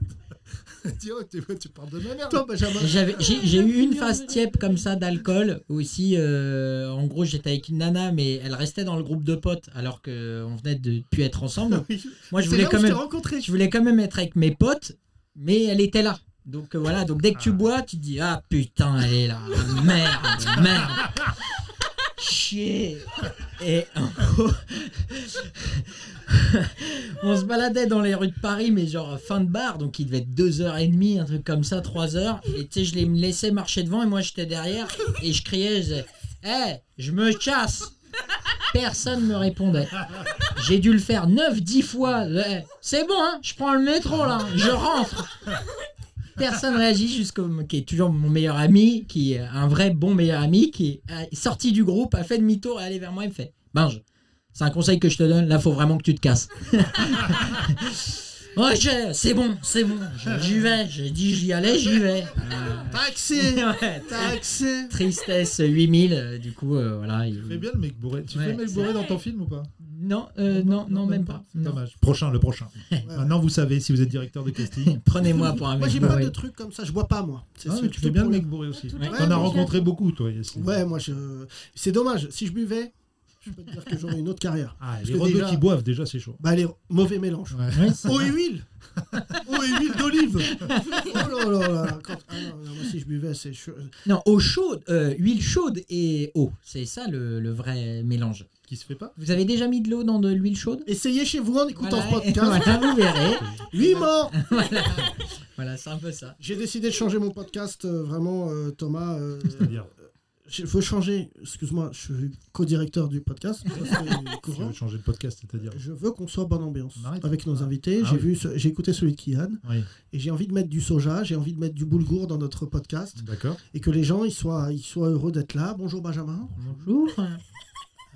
S4: Tiens, tu, tu parles de ma mère.
S3: Toi, Benjamin.
S5: J'avais- J'ai j'ai eu une phase tiep comme ça d'alcool aussi. euh, en gros, j'étais avec une nana, mais elle restait dans le groupe de potes alors qu'on venait de plus
S3: <laughs>
S5: être ensemble.
S3: Oui.
S5: Moi, je
S3: C'est
S5: voulais
S3: là où
S5: quand
S3: je t'ai
S5: même,
S3: rencontré.
S5: je voulais quand même être avec mes potes, mais elle était là. Donc euh, voilà. Donc dès que tu bois, tu te dis ah putain, elle est là, Ah, merde, merde, chier. Et en gros, <laughs> on se baladait dans les rues de Paris, mais genre fin de bar, donc il devait être 2h30, un truc comme ça, 3h. Et tu sais, je les me laissais marcher devant et moi j'étais derrière et je criais, je disais, Hey, je me chasse Personne me répondait. J'ai dû le faire 9-10 fois. Eh, C'est bon, hein, je prends le métro là, je rentre. Personne réagit jusqu'au qui est toujours mon meilleur ami, qui est un vrai bon meilleur ami, qui est sorti du groupe, a fait demi-tour et allé vers moi et me fait Binge, c'est un conseil que je te donne, là faut vraiment que tu te casses. <laughs> Ok, c'est bon, c'est bon, j'y vais, j'ai dit j'y allais, j'y vais.
S3: T'as accès.
S5: Euh, ouais, <laughs>
S3: T'as accès.
S5: Tristesse 8000, euh, du coup, euh, voilà. il-
S4: Tu fais bien le mec bourré. Tu
S5: Ouais.
S4: fais le mec bourré dans ton film ou pas
S5: Non, euh, non, non, même pas.
S4: C'est
S5: Non.
S4: Dommage. Prochain, le prochain. Maintenant, vous savez si vous êtes directeur de casting.
S5: Prenez-moi pour un
S3: Moi,
S5: mec.
S3: j'ai pas
S5: bourré.
S3: de trucs comme ça. Je bois pas, moi. C'est
S4: Ah,
S3: ce
S4: mais tu
S3: tout
S4: fais bien le
S3: pour
S4: mec bourré aussi.
S6: Tout
S4: On
S6: le
S3: temps,
S4: T'en
S3: je
S4: as
S3: fais
S4: rencontré beaucoup, toi, Yassine.
S3: Ouais, moi, je. C'est dommage. Si je buvais, je peux te dire que j'aurais une autre carrière.
S4: Ah,
S3: Parce
S4: les
S3: que
S4: rebeux
S3: déjà-
S4: qui boivent, déjà, c'est chaud.
S3: Bah, les mauvais mélanges. Eau et huile Eau et huile d'olive Oh là là là quand- ah non, non, moi, si je buvais, c'est chaud.
S5: Non, eau chaude, euh, huile chaude et eau. C'est ça le, le vrai mélange.
S4: Qui se fait
S5: <laughs>
S4: pas
S5: Vous avez déjà mis de l'eau dans de l'huile chaude
S3: Essayez chez vous en écoutant
S5: Voilà,
S3: ce podcast.
S5: voilà, vous verrez.
S3: 8 morts
S5: Voilà, c'est un peu ça.
S3: J'ai décidé de changer mon podcast, euh, vraiment, euh, Thomas. euh,
S4: C'est-à-dire,
S3: Il faut changer. Excuse-moi, je suis co-directeur du podcast. ça, c'est
S4: tu
S3: courant.
S4: veux changer de podcast, c'est-à-dire.
S3: Je veux qu'on soit bonne ambiance
S4: Arrête.
S3: avec nos invités.
S4: Ah
S3: j'ai
S4: oui.
S3: vu, ce- j'ai écouté celui de Kian
S4: <laughs> Oui,
S3: et j'ai envie de mettre du soja, j'ai envie de mettre du boulgour dans notre podcast
S4: d'accord.
S3: et que les gens ils soient, ils soient heureux d'être là. Bonjour Benjamin.
S5: Bonjour.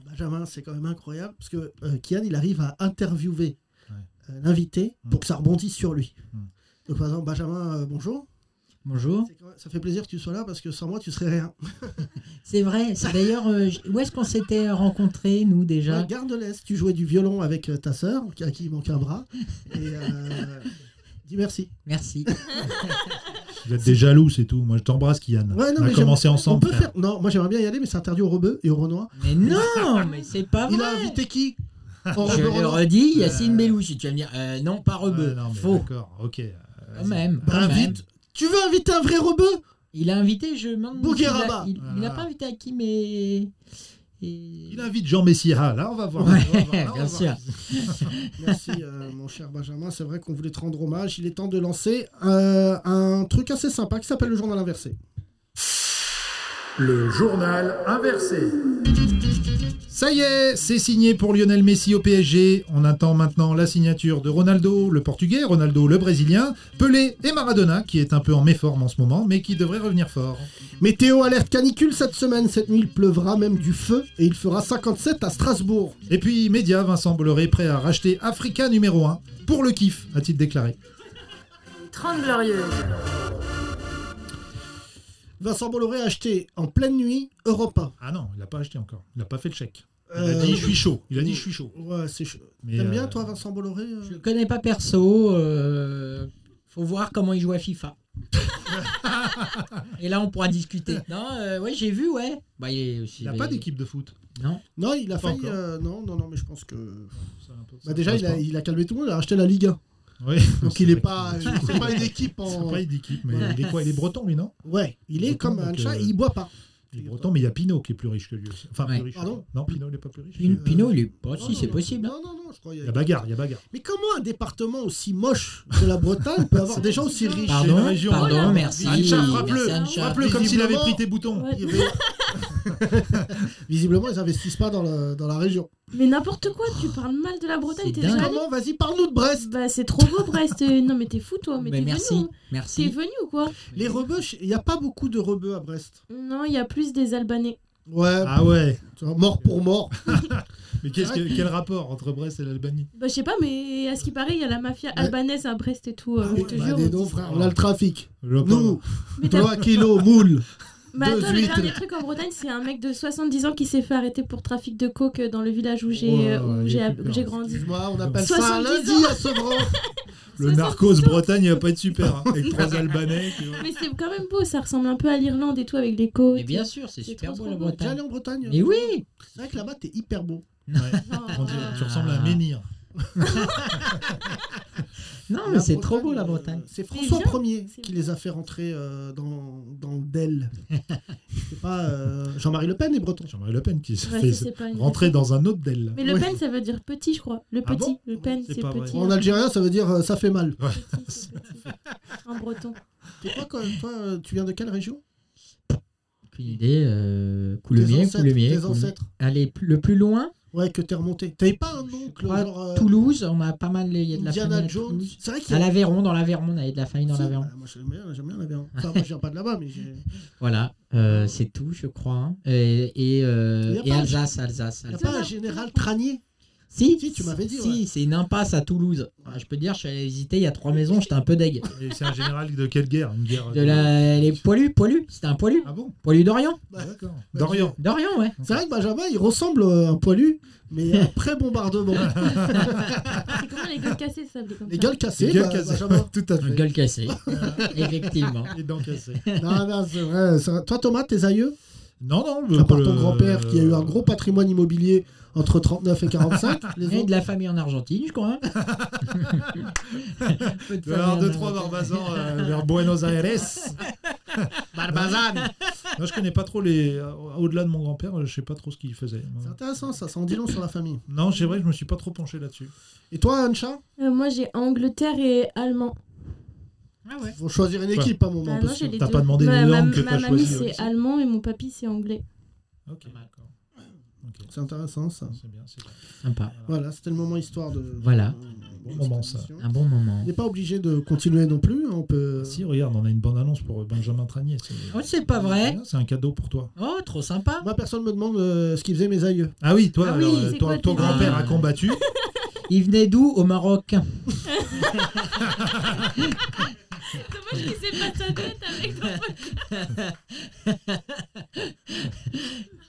S3: Benjamin, c'est quand même incroyable parce que euh, Kian, il arrive à interviewer
S4: Ouais.
S3: euh, l'invité
S4: Mm.
S3: pour que ça rebondisse sur lui.
S4: Mm.
S3: Donc, par exemple, Benjamin, euh, bonjour.
S5: Bonjour.
S3: C'est quand même- Ça fait plaisir que tu sois là parce que sans moi, tu serais rien.
S5: C'est vrai. c'est D'ailleurs, euh, j- où est-ce qu'on s'était rencontrés, nous, déjà
S3: Ouais, garde l'Est, tu jouais du violon avec euh, ta sœur qui- à qui il manque un bras. Et euh, <laughs> dis merci.
S5: Merci.
S4: Vous êtes des jaloux, c'est tout. Moi, je t'embrasse, Kian.
S3: Ouais, non,
S4: On
S3: mais
S4: a
S3: j'aime-
S4: commencé
S3: On
S4: ensemble,
S3: peut faire.
S4: frère.
S3: Non, moi j'aimerais bien y aller, mais c'est interdit aux Rebeux et aux Renois.
S5: Mais non, mais c'est pas
S3: Il a
S5: vrai.
S3: invité qui En
S5: Je
S3: Rebeu
S5: le
S3: Renois
S5: redis, Yacine
S4: Euh,
S5: Bellouche. Tu vas me dire, euh, non, pas
S4: Ouais,
S5: rebeu.
S4: non, mais
S5: Faux.
S4: D'accord, ok. Euh,
S5: Quand
S4: vas-y.
S5: même. quand même.
S3: Invite. Tu veux inviter un vrai Rebeu
S5: Il a invité, je me demande s'il a-
S3: Bougueraba.
S5: Il il
S4: Voilà.
S5: n'a pas invité à qui, mais. et-
S4: Il invite Jean Messia. Là, on va voir.
S5: Ouais,
S4: On va voir, là, on
S5: bien
S4: va
S5: sûr.
S4: voir.
S3: Merci euh, mon cher Benjamin, c'est vrai qu'on voulait te rendre hommage. Il est temps de lancer euh, un truc assez sympa qui s'appelle le journal inversé.
S1: Le journal inversé.
S4: Ça y est, c'est signé pour Lionel Messi au PSG. On attend maintenant la signature de Ronaldo, le portugais, Ronaldo, le brésilien, Pelé et Maradona, qui est un peu en méforme en ce moment, mais qui devrait revenir fort.
S3: Météo alerte canicule cette semaine. Cette nuit, il pleuvra même du feu et il fera 57 à Strasbourg.
S4: Et puis, Média, Vincent Bolloré, prêt à racheter Africa numéro 1 pour le kiff, a-t-il déclaré.
S2: 30 Glorieuses,
S3: Vincent Bolloré a acheté en pleine nuit Europa.
S4: Ah non, il n'a pas acheté encore. Il n'a pas fait le chèque. Il
S3: Euh,
S4: a dit, je suis chaud. Il a dit, je suis chaud.
S3: Ouais, c'est chaud.
S4: Mais,
S3: T'aimes
S4: euh,
S3: bien toi Vincent Bolloré euh
S5: Je le connais pas perso. euh, faut voir comment il joue à FIFA. Et là, on pourra discuter. Non, euh, ouais, j'ai vu, ouais. Bah, il est aussi-
S4: Il n'a pas d'équipe de foot.
S5: Non.
S3: Non, il a
S4: Pas
S3: failli.
S4: encore.
S3: euh, non, non, non, mais je pense que.
S4: Ça, un peu, ça
S3: Bah déjà,
S4: passe
S3: il a,
S4: pas.
S3: il a calmé tout le monde, il a acheté la Ligue 1.
S4: Oui,
S3: <laughs> Donc
S4: c'est
S3: il est
S4: vrai. <laughs>
S3: pas, c'est pas une équipe en.
S4: C'est pas une équipe, mais
S5: Ouais.
S4: il est quoi Il est breton, lui, non
S3: Ouais, il est
S4: Breton,
S3: comme un
S4: donc,
S3: chat,
S4: euh,
S3: et il boit pas.
S4: Il est breton, mais il y a Pinot qui est plus riche que lui. aussi. Enfin,
S5: Ouais.
S4: plus riche.
S3: Pardon
S4: non, Pinot, il n'est pas plus riche.
S5: Pin- Pinot, il est
S4: Ah,
S5: pas.
S3: Non,
S5: si,
S3: non,
S5: c'est
S3: non.
S5: possible. hein.
S3: Non, non, non, je crois. qu'il
S4: Il
S3: y
S4: y a
S3: a-
S4: bagarre, il y a bagarre.
S3: Mais comment un département aussi moche que la Bretagne peut avoir des gens aussi riches
S5: Pardon,
S4: une région.
S5: pardon,
S4: Voilà.
S5: merci.
S4: Anne-Charles,
S5: merci,
S4: frappe-le.
S5: Anne-Charles.
S4: Frappe-le comme s'il avait
S3: Visiblement-
S4: pris tes boutons.
S6: Ouais.
S3: Il y avait- <laughs> Visiblement, ils investissent pas dans, le- dans la région.
S6: Mais n'importe quoi, tu parles mal de la Bretagne.
S5: C'est
S6: T'es
S5: dingue.
S6: déjà allé
S3: Comment Vas-y, parle-nous de Brest.
S6: Bah c'est trop beau Brest. Euh, Non mais t'es fou toi. Mais,
S5: Mais
S6: t'es
S5: Bah, merci,
S6: venu. hein. T'es
S5: merci.
S6: venu ou quoi
S3: Les rebeux, je- il n'y a pas beaucoup de rebeux à Brest.
S6: Non, il y a plus des Albanais.
S3: Ouais,
S4: Ah ouais.
S3: tu vois, mort pour mort.
S4: Mais qu'est-ce que- quel rapport entre Brest et l'Albanie
S6: Bah je sais pas, mais à ce qui paraît, il y a la mafia
S3: Ouais.
S6: albanaise à Brest et tout. euh,
S3: Ah
S6: je
S3: ouais,
S6: te
S3: bah,
S6: jure.
S3: dis donc, frère, on a le trafic.
S4: Je vois pas.
S3: Nous,
S6: Mais t'as-
S3: 3 kilos
S6: <laughs>
S3: moule.
S6: Mais attends,
S3: Deux
S6: le
S3: huîtres.
S6: dernier truc en Bretagne, c'est un mec de 70 ans qui s'est fait arrêter pour trafic de coke euh, dans le village où j'ai
S4: Ouais,
S6: euh, où
S4: ouais,
S6: j'ai
S4: il est
S6: app-
S4: plus
S6: où j'ai
S4: peur.
S6: grandi.
S3: Excuse-moi, on appelle ça un
S6: <laughs> 70
S3: lundi à Sevran.
S4: Le narcos Bretagne, il va pas être super. hein, avec trois Albanais. tu vois.
S6: Mais c'est quand même beau, ça ressemble un peu à l'Irlande et tout avec les côtes.
S5: Mais bien sûr, c'est
S6: C'est
S5: super
S6: trop,
S5: beau la
S6: trop beau.
S3: T'es
S5: Bretagne.
S3: allé en Bretagne
S5: Mais oui
S3: C'est vrai que là-bas, t'es hyper beau.
S4: Ouais.
S6: Genre,
S5: <laughs>
S6: euh,
S4: On dit, tu ressembles à un menhir.
S5: Non,
S3: La
S5: mais c'est trop
S3: Bretagne,
S5: beau Ah, la
S3: euh,
S5: Bretagne.
S3: C'est
S6: C'est
S3: François
S6: bien,
S3: Ier
S6: c'est
S3: qui les a fait rentrer euh, dans, dans le DEL. C'était pas euh, Jean-Marie Le Pen et Breton.
S4: Jean-Marie Le Pen qui se
S6: Ouais,
S4: fait
S6: ça, c'est pas une-
S4: rentrer dans un autre d'elle.
S6: Mais le
S3: Ouais.
S6: pen, ça veut dire petit, je crois. Le
S4: Ah
S6: petit,
S4: bon
S6: le pen,
S4: C'est
S6: c'est
S4: pas vrai.
S6: petit.
S3: En
S6: hein.
S3: Algérien, ça veut dire euh, ça fait mal.
S6: Petit, c'est petit. En breton.
S3: Et toi, quand- toi, euh, tu viens de quelle région
S5: Aucune idée. Euh,
S3: Tes
S5: Coulemiers,
S3: ancêtres,
S5: Coulemiers.
S3: tes ancêtres.
S5: Allez, plus- le plus loin,
S3: Ouais, que t'es remonté. T'avais pas un oncle
S5: crois
S3: genre euh,
S5: Toulouse, on a pas mal. Il y a de la
S3: Indiana
S5: famille à
S3: Jones.
S5: Toulouse.
S3: C'est vrai qu'il y
S5: À
S3: a.
S5: l'Aveyron, dans l'Aveyron, on avait de la famille dans
S3: Si,
S5: l'Aveyron.
S3: bah, moi, j'aime bien, j'aime bien l'Aveyron. Enfin, moi, je viens pas de là-bas, mais j'ai-
S5: Voilà, euh, c'est tout, je crois. hein. Et, et, euh,
S3: Ah. Y a
S5: et
S3: pas-
S5: Alsace, Alsace,
S3: Il n'y a
S5: Alsace.
S3: pas un général Tranier
S5: Si,
S3: Si, tu m'avais dit,
S5: Si,
S3: ouais.
S5: c'est une impasse à Toulouse. Ah, je peux te dire, je suis allé visiter, il y a trois maisons, j'étais un peu deg.
S4: Et c'est un général de quelle guerre Une
S3: Ah,
S4: guerre
S5: De la... Les poilus, poilus, c'était un poilu.
S4: Ah bon
S5: Poilu d'Orient.
S3: Bah,
S4: D'accord.
S3: bah,
S4: D'Orient.
S5: D'Orient, ouais.
S3: C'est vrai que Benjamin, il ressemble euh, à un poilu, mais après bombardement.
S6: C'est comment les gueules cassées, ça s'appelait comme
S3: Les
S6: ça
S3: gueules cassées,
S4: Une gueule
S3: bah,
S4: cassée.
S3: Benjamin.
S4: Tout à
S5: Une
S4: fait.
S3: <laughs>
S5: gueule cassée, Euh, effectivement.
S4: Et dents cassées.
S3: Non, non, c'est vrai, c'est vrai. Toi, Thomas, tes aïeux,
S4: Non, non.
S3: à
S4: le-
S3: part ton
S4: le-
S3: grand-père qui a eu un gros patrimoine immobilier entre 39 et 45, les
S5: Et
S3: autres,
S5: de la famille en Argentine, je crois.
S3: <laughs>
S5: Un peu de
S4: Il va y avoir
S5: famille
S4: deux,
S5: en
S4: trois
S5: Argentine.
S4: barbazans
S5: <laughs>
S4: euh, vers Buenos Aires.
S3: Barbazan.
S4: Non, je connais pas trop les. euh, Au-delà de mon grand-père, euh, je sais pas trop ce qu'il faisait.
S3: C'est intéressant, ça, ça en dit long sur la famille.
S4: Non, c'est vrai, je me suis pas trop penché là-dessus.
S3: Et toi, Ancha
S6: Euh, Moi, j'ai Angleterre et allemand.
S5: Ah ouais.
S3: Faut choisir une
S4: Ouais.
S3: équipe à un moment.
S6: Bah,
S3: parce
S6: moi, j'ai
S3: que-
S6: les
S4: t'as
S6: deux.
S4: pas demandé
S6: ma,
S4: les
S6: ma-
S4: langues que
S6: ma
S4: t'as
S6: mamie,
S4: choisies,
S6: c'est
S4: aussi.
S6: allemand et mon papy, c'est anglais.
S4: Ok,
S5: d'accord.
S4: ok.
S3: C'est intéressant, ça.
S4: C'est bien, c'est bien.
S5: Sympa.
S3: Voilà, c'était le moment histoire de.
S5: Voilà.
S3: Bon
S4: moment, ça.
S5: Un bon moment.
S3: On n'est pas obligé de continuer non plus. hein, On peut.
S4: Si, regarde, on a une bande-annonce pour euh, Benjamin Tranier. c'est- euh,
S5: Oh, c'est pas vrai.
S4: C'est un cadeau pour toi.
S5: Oh, trop sympa.
S3: Moi, personne me demande euh, ce qu'ils faisaient mes aïeux.
S4: Ah oui, toi,
S6: Ah oui,
S4: alors, euh,
S6: c'est
S4: toi-
S6: quoi
S4: ton
S6: tes
S4: grand-père a
S5: aïeux <laughs>
S4: combattu.
S5: Il venait d'où Au Maroc.
S6: Dommage qu'il s'est pas sa tête avec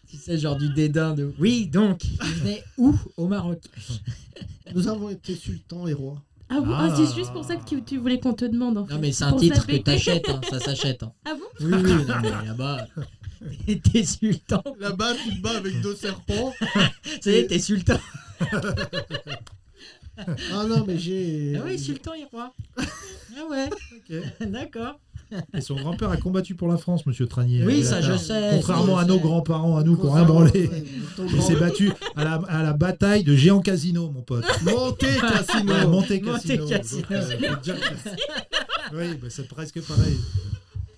S5: Tu sais, genre du dédain de. Oui, donc, il venait où Au Maroc.
S3: Nous avons été sultans et rois.
S6: Ah bon
S4: Ah.
S6: Ah, c'est juste pour ça que tu, tu voulais qu'on te demande en fait.
S5: Non, mais c'est un
S6: Pour
S5: titre que
S6: s'appeler.
S5: t'achètes, hein, ça s'achète. hein.
S6: Ah bon
S5: Oui, oui, non, mais là-bas, t'es sultan.
S3: Là-bas, tu te bats avec deux serpents.
S5: Tu sais, t'es sultan.
S3: Ah non, mais j'ai.
S5: Ah oui, sultan et roi. Ah ouais, d'accord.
S4: Et son grand-père a combattu pour la France, monsieur Tranier.
S5: Oui,
S4: Euh,
S5: ça, je
S4: là,
S5: sais.
S4: Contrairement à
S5: ça, je
S4: nos
S5: sais.
S4: grands-parents, à nous, qui ont rien branlé. Il s'est battu à la, à la bataille de Géant Casino, mon pote. <laughs>
S3: Montez, Cassino.
S4: Ouais, Monte Cassino.
S5: Monte Cassino.
S4: Donc, euh, faut dire que- oui, bah, c'est presque pareil.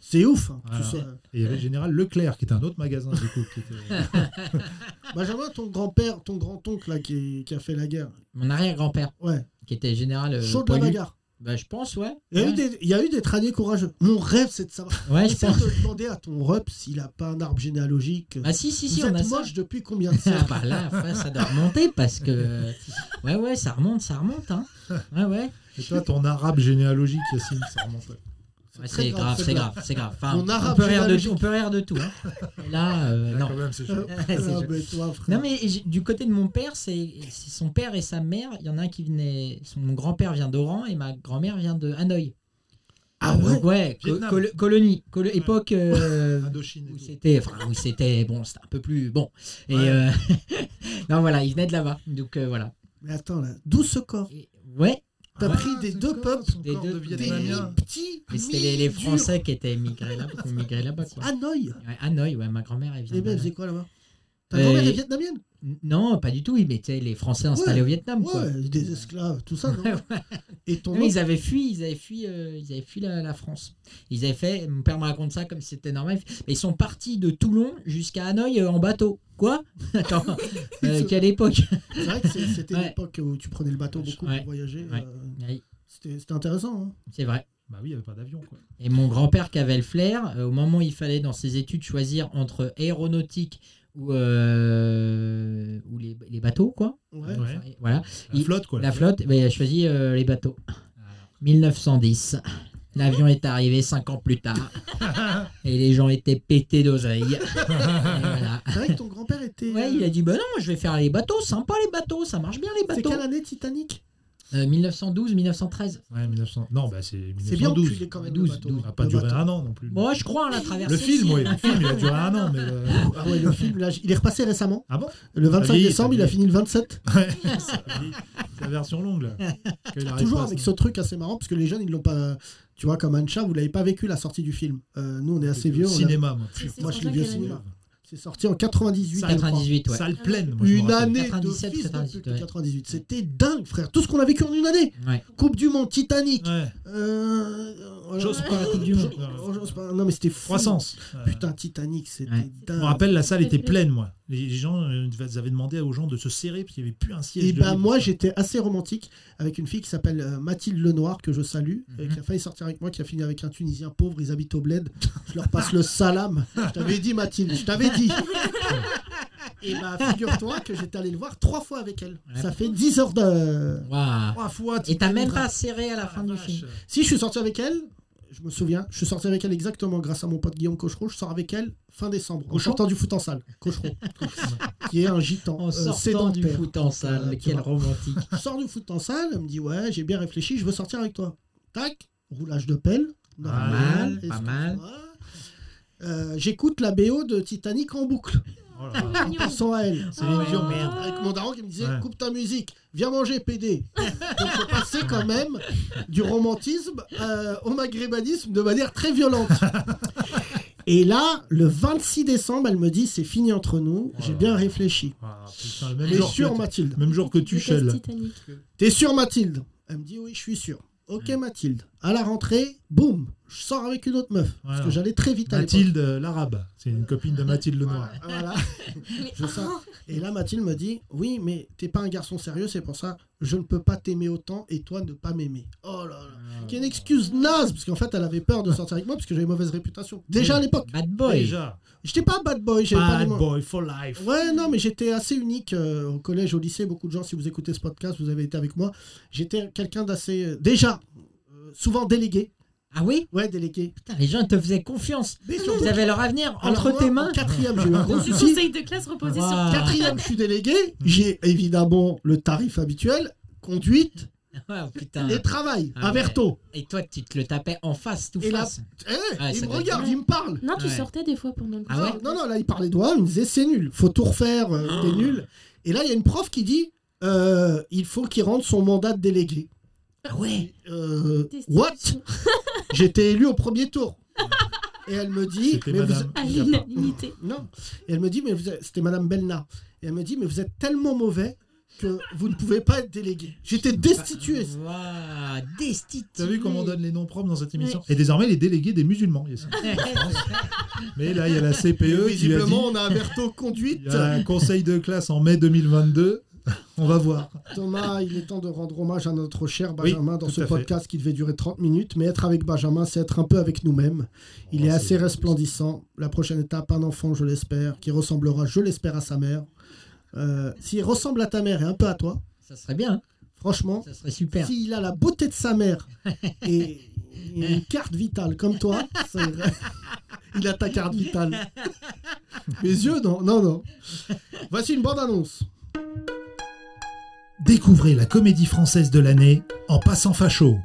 S3: C'est ouf. hein,
S4: Voilà.
S3: tout ça.
S4: Et il y avait le général Leclerc, qui était un autre magasin, du coup. qui était- euh,
S3: Benjamin, ton grand-père, ton grand-oncle là qui, qui a fait la guerre.
S5: Mon arrière-grand-père,
S3: Ouais.
S5: qui était général. euh,
S3: Chaud de Eh la
S5: poilu.
S3: bagarre.
S5: Bah, je pense, ouais.
S3: Il y, a
S5: Ouais,
S3: eu des, il y a eu des tradiers courageux. Mon rêve, c'est de savoir.
S5: Ouais, je
S3: Essaie
S5: pense.
S3: de demander à ton rep s'il a pas un arbre généalogique.
S5: Ah, si, si, si,
S3: Vous
S5: on a
S3: êtes
S5: ça.
S3: moche depuis combien
S5: <laughs>
S3: de
S5: Ah,
S3: siècles
S5: bah là, enfin, ça doit remonter parce que. Ouais, ouais, ça remonte, ça remonte, hein. Ouais, ouais.
S4: Et toi, ton arabe généalogique, Yacine, ça remonte.
S5: Ouais, c'est grave, c'est grave, c'est grave. Enfin,
S3: Mon
S5: on,
S3: arabe
S5: peut rire de
S3: généalogique.
S5: tout, on peut rire de tout. hein. <laughs> Là, euh,
S4: Là,
S5: non.
S4: quand même, c'est chaud.
S5: <laughs> C'est
S3: Ah,
S5: joli.
S3: mais toi, frère.
S5: Non mais j'ai- du côté de mon père, c'est c'est son père et sa mère. Il y en a un qui venait, son mon grand-père vient d'Oran et ma grand-mère vient de Hanoï. Euh,
S3: Ah ouais
S5: Donc, ouais, co-
S4: Vietnam.
S5: colo- colonie, colo- époque <laughs> euh,
S4: Indochine. et
S5: où
S4: tout.
S5: c'était, enfin où c'était, bon, c'était un peu plus bon. Et
S4: Ouais.
S5: euh, <laughs> non voilà, il venait de là-bas. Donc euh, voilà.
S3: Mais attends là, d'où ce corps
S5: Et- ouais,
S3: T'as
S4: Ah,
S3: pris des
S4: ce
S3: deux
S4: corps,
S3: peuples,
S4: son
S5: Des
S4: corps
S5: deux-
S4: de
S3: des
S4: Vietnamien.
S3: petits,
S5: Ah, mais c'était les, les Français qui étaient migrés là, qui ont migré là-bas quoi.
S3: Hanoï.
S5: Ouais, Hanoï, Eh ben, ouais, ma grand-mère elle vient.
S3: Les
S5: de
S3: mêmes,
S5: Hanoï.
S3: c'est quoi là-bas Ta
S5: Euh,
S3: grand-mère est
S5: et-
S3: vietnamienne
S5: Non, pas du tout. Ils mettaient les Français installés
S3: Ouais.
S5: au Vietnam quoi.
S3: Ouais, des esclaves, tout ça,
S5: <laughs>
S3: non Et ton
S5: Non, mais
S3: oncle
S5: ils avaient fui, ils avaient fui, euh, ils avaient fui la, la France. Ils avaient fait, mon père me raconte ça comme si c'était normal. il fait, Mais ils sont partis de Toulon jusqu'à Hanoï euh, en bateau. Quoi <laughs>
S3: <laughs>
S5: Attends, euh, quelle époque
S3: C'est vrai que c'est- c'était
S5: Ouais.
S3: l'époque où tu prenais le bateau beaucoup
S5: Ouais.
S3: pour voyager.
S5: Ouais.
S3: euh,
S5: Oui,
S3: C'était c'était intéressant. hein.
S5: C'est vrai.
S4: Bah oui, il n'y avait pas d'avion, quoi.
S5: Et mon grand-père qui avait le flair, euh, au moment où il fallait dans ses études choisir entre aéronautique ou, euh, ou les, les bateaux, quoi.
S3: Ouais.
S4: Ouais.
S5: Enfin, voilà.
S4: La
S5: Il-
S4: flotte, quoi.
S5: La flotte, ben, il a choisi euh, les bateaux. 1910. L'avion est arrivé 5 ans plus
S3: <laughs>
S5: tard. Et les gens étaient pétés d'oseille. Et voilà.
S3: C'est vrai que ton grand-père était.
S5: Ouais,
S3: euh,
S5: il a dit bah non, moi je vais faire les bateaux, sympa les bateaux, ça marche bien les
S3: C'est
S5: bateaux.
S3: quelle année Titanic
S5: Euh, 1912, 1913.
S4: Ouais, 1900... Non, bah c'est 1912.
S3: C'est bien enculé quand même.
S5: 12,
S3: le bateau.
S5: 12.
S4: Ça n'a pas
S3: Le
S4: duré
S3: bateau.
S4: un an non plus.
S5: Moi, je crois en la traversée.
S4: le film,
S5: si.
S4: oui, le film, il a duré un an, mais. euh,
S3: <laughs> Ah ouais, le film, là, il est repassé récemment.
S4: Ah bon
S3: Le 25
S4: vieillit,
S3: décembre,
S4: ça
S3: il a
S4: vieillit.
S3: fini le 27.
S4: Ouais, ça dit, c'est la version longue,
S3: <laughs>
S4: là. qu'elle arrive
S3: Toujours
S4: pas,
S3: avec
S4: ça.
S3: ce truc assez marrant, parce que les jeunes, ils l'ont pas. Tu vois, comme Ancha, vous l'avez pas vécu la sortie du film. Euh, nous, on est assez vieux. on l'a-
S4: Cinéma, moi.
S6: Si, c'est
S3: Moi,
S6: pour
S3: je suis
S6: ça
S3: vieux
S6: qu'elle a dit.
S3: cinéma. C'est sorti en 98. je crois.
S5: 98, ouais.
S4: Salle pleine, moi. je me
S3: Une
S4: rappelle.
S3: année
S5: 97,
S3: de fils de
S5: 98,
S3: pute,
S5: ouais.
S3: 98. C'était dingue, frère. Tout ce qu'on a vécu en une année.
S5: Ouais.
S3: Coupe du Monde, Titanic.
S4: Ouais.
S3: Euh, euh,
S4: J'ose pas la Coupe du
S3: euh,
S4: Monde.
S3: j'ose- j'ose pas. Non, mais c'était fou.
S4: Croissance. Ouais.
S3: Putain, Titanic, c'était
S5: Ouais.
S3: dingue.
S4: Je me rappelle, la salle était pleine, moi. Les gens euh, ils avaient demandé aux gens de se serrer parce qu'il n'y avait plus un siège.
S3: Et
S4: de
S3: ben
S4: libre.
S3: moi j'étais assez romantique avec une fille qui s'appelle euh, Mathilde Lenoir que je salue, euh,
S4: Mhm.
S3: qui a failli sortir avec moi, qui a fini avec un Tunisien pauvre, ils habitent au bled, je leur passe le salam. Je t'avais dit Mathilde, je t'avais dit. Et bah figure-toi que j'étais allé le voir trois fois avec elle.
S5: Ouais.
S3: Ça fait 10 heures de...
S5: Waouh.
S4: trois fois.
S5: Et t'as même pas
S4: Titanic.
S5: serré à la fin du
S3: Ah,
S4: vache.
S5: film.
S3: Si je suis sorti avec elle, je me souviens, je suis sorti avec elle exactement grâce à mon pote Guillaume Cochereau, je sors avec elle fin décembre, au
S4: Cochon
S3: sortant du foot en salle,
S5: <laughs>
S3: Cochereau, qui est un gitan,
S5: En
S3: euh,
S5: sortant du
S3: sédentaire.
S5: foot en
S3: Euh,
S5: salle,
S3: tu
S5: quel
S3: vois. <laughs>
S5: romantique.
S3: Je sors du foot en salle, elle me dit ouais, j'ai bien réfléchi, je veux sortir avec toi. Tac, roulage de pelle.
S4: Pas
S5: mal,
S3: excuse-moi.
S5: pas mal.
S3: Euh, J'écoute la BO de Titanic en boucle,
S4: Oh là là.
S3: en pensant à elle. Ah.
S4: C'est une dure merde.
S3: Avec mon daron qui me disait
S4: Ouais.
S3: coupe ta musique, viens manger PD. Donc faut passer quand même du romantisme euh, au maghrébisme de manière très violente. Et là, le 26 décembre, elle me dit c'est fini entre nous, j'ai
S4: Voilà.
S3: bien réfléchi.
S4: Ah, putain, le même
S3: T'es
S4: jour que-
S3: sûre Mathilde
S4: Même jour que
S6: Je déteste
S4: Tuchel.
S6: Titanic.
S3: T'es sûre Mathilde Elle me dit oui, je suis sûre. Ok Mathilde. À la rentrée, boum, je sors avec une autre meuf. Parce
S4: Voilà.
S3: que j'allais très vite à l'époque.
S4: Mathilde euh, l'arabe, c'est une copine de Mathilde Lenoir.
S3: Voilà.
S6: Mais-
S3: Je sors. Et là, Mathilde me dit Oui, mais t'es pas un garçon sérieux, c'est pour ça, je ne peux pas t'aimer autant et toi ne pas m'aimer. Oh là là.
S4: Ah.
S3: Qui est une excuse naze, parce qu'en fait, elle avait peur de sortir avec moi, parce que j'avais mauvaise réputation. Déjà à l'époque.
S5: Bad boy.
S4: Déjà,
S3: J'étais pas bad boy, j'avais pas les
S4: bad
S3: moyens.
S4: boy for life.
S3: Ouais, non, mais j'étais assez unique euh, au collège, au lycée. Beaucoup de gens, si vous écoutez ce podcast, vous avez été avec moi. J'étais quelqu'un d'assez. euh, déjà, euh, souvent délégué.
S5: Ah oui
S3: Ouais, délégué.
S5: Putain, les gens ils te faisaient confiance.
S3: Mais surtout-
S5: Ils avaient leur avenir
S3: Alors
S5: Ah, entre
S3: moi,
S5: tes
S3: en
S5: mains. Ah.
S3: Quatrième, j'ai eu
S5: <laughs>
S3: un gros
S6: Le
S3: souci.
S6: conseil de classe reposait
S5: Waouh.
S6: sur
S3: Quatrième, je suis délégué. J'ai évidemment le tarif habituel conduite
S5: Ah, putain.
S3: et travail
S5: Ah
S3: à
S5: ouais.
S3: Verto.
S5: Et toi, tu te le tapais en face, tout
S3: Et là-
S5: face. Ah
S3: Eh,
S5: Ouais,
S3: il
S5: ça
S3: me
S5: doit être
S3: regarde,
S6: dur.
S3: il me parle.
S6: Non, tu
S5: Ouais.
S6: sortais des fois pendant le
S5: Ah
S6: conseil.
S5: ouais Ah.
S3: non, non, là, il parlait de doigts, il me disait c'est nul, faut tout refaire, euh, t'es nul. Et là, il y a une prof qui dit euh, il faut qu'il rende son mandat de délégué.
S5: Ah ouais.
S3: Euh,
S6: Déception.
S3: what J'étais élu au premier tour. Et elle me dit
S4: C'était
S3: mais vous-
S4: madame.
S6: À
S4: il y a pas.
S6: l'unanimité.
S3: <laughs> Non. Et elle me dit, mais vous êtes- c'était Madame Belna. Et elle me dit, mais vous êtes tellement mauvais que vous ne pouvez pas être délégué. J'étais destitué.
S5: Waouh, destitué.
S4: T'as vu comment on donne les noms propres dans cette émission Et désormais, les délégués des musulmans. il y a ça. Mais là, il y a la CPE E qui lui a dit
S3: Visiblement, on a un verto
S4: <laughs> il
S3: conduite.
S4: y a un conseil de classe en mai 2022. On va voir.
S3: Thomas, il est temps de rendre hommage à notre cher
S4: Oui,
S3: Benjamin dans
S4: tout
S3: ce
S4: à fait.
S3: podcast qui devait durer 30 minutes. Mais être avec Benjamin, c'est être un peu avec nous-mêmes. Il
S4: Oh,
S3: est
S4: c'est-
S3: assez resplendissant. La prochaine étape, un enfant, je l'espère, qui ressemblera, je l'espère, à sa mère. Euh, S'il ressemble à ta mère et un peu à toi,
S5: Ça serait bien, hein.
S3: franchement,
S5: ça serait super.
S3: S'il a la beauté de sa
S5: <laughs>
S3: mère et et une carte vitale comme toi, ça irait. il a ta carte vitale. Mes yeux, non, non, non. Voici une bande-annonce.
S4: Découvrez la comédie française de l'année en passant facho.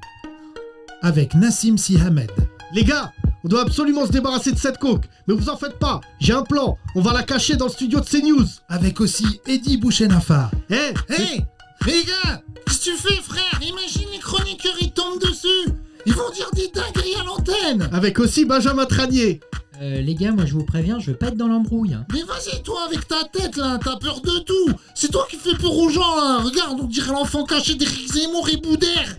S4: Avec Nassim Sihamed.
S3: Les gars, on doit absolument se débarrasser de cette coke. Mais vous en faites pas, j'ai un plan. On va la cacher dans le studio de CNews. Eh,
S4: Avec aussi Eddie Bouchenafa.
S3: Hé,
S4: Hé Les gars Qu'est-ce que tu fais, frère Imagine les chroniqueurs, ils tombent dessus Ils vont dire des dingueries à l'antenne
S3: Avec aussi Benjamin Tranier.
S5: Euh, les gars, moi je vous préviens, je veux pas être dans l'embrouille. hein.
S4: Mais vas-y, toi, avec ta tête, là, t'as peur de tout C'est toi qui fais peur aux gens, là Regarde, on dirait l'enfant caché d'Éric Zemmour et Boudère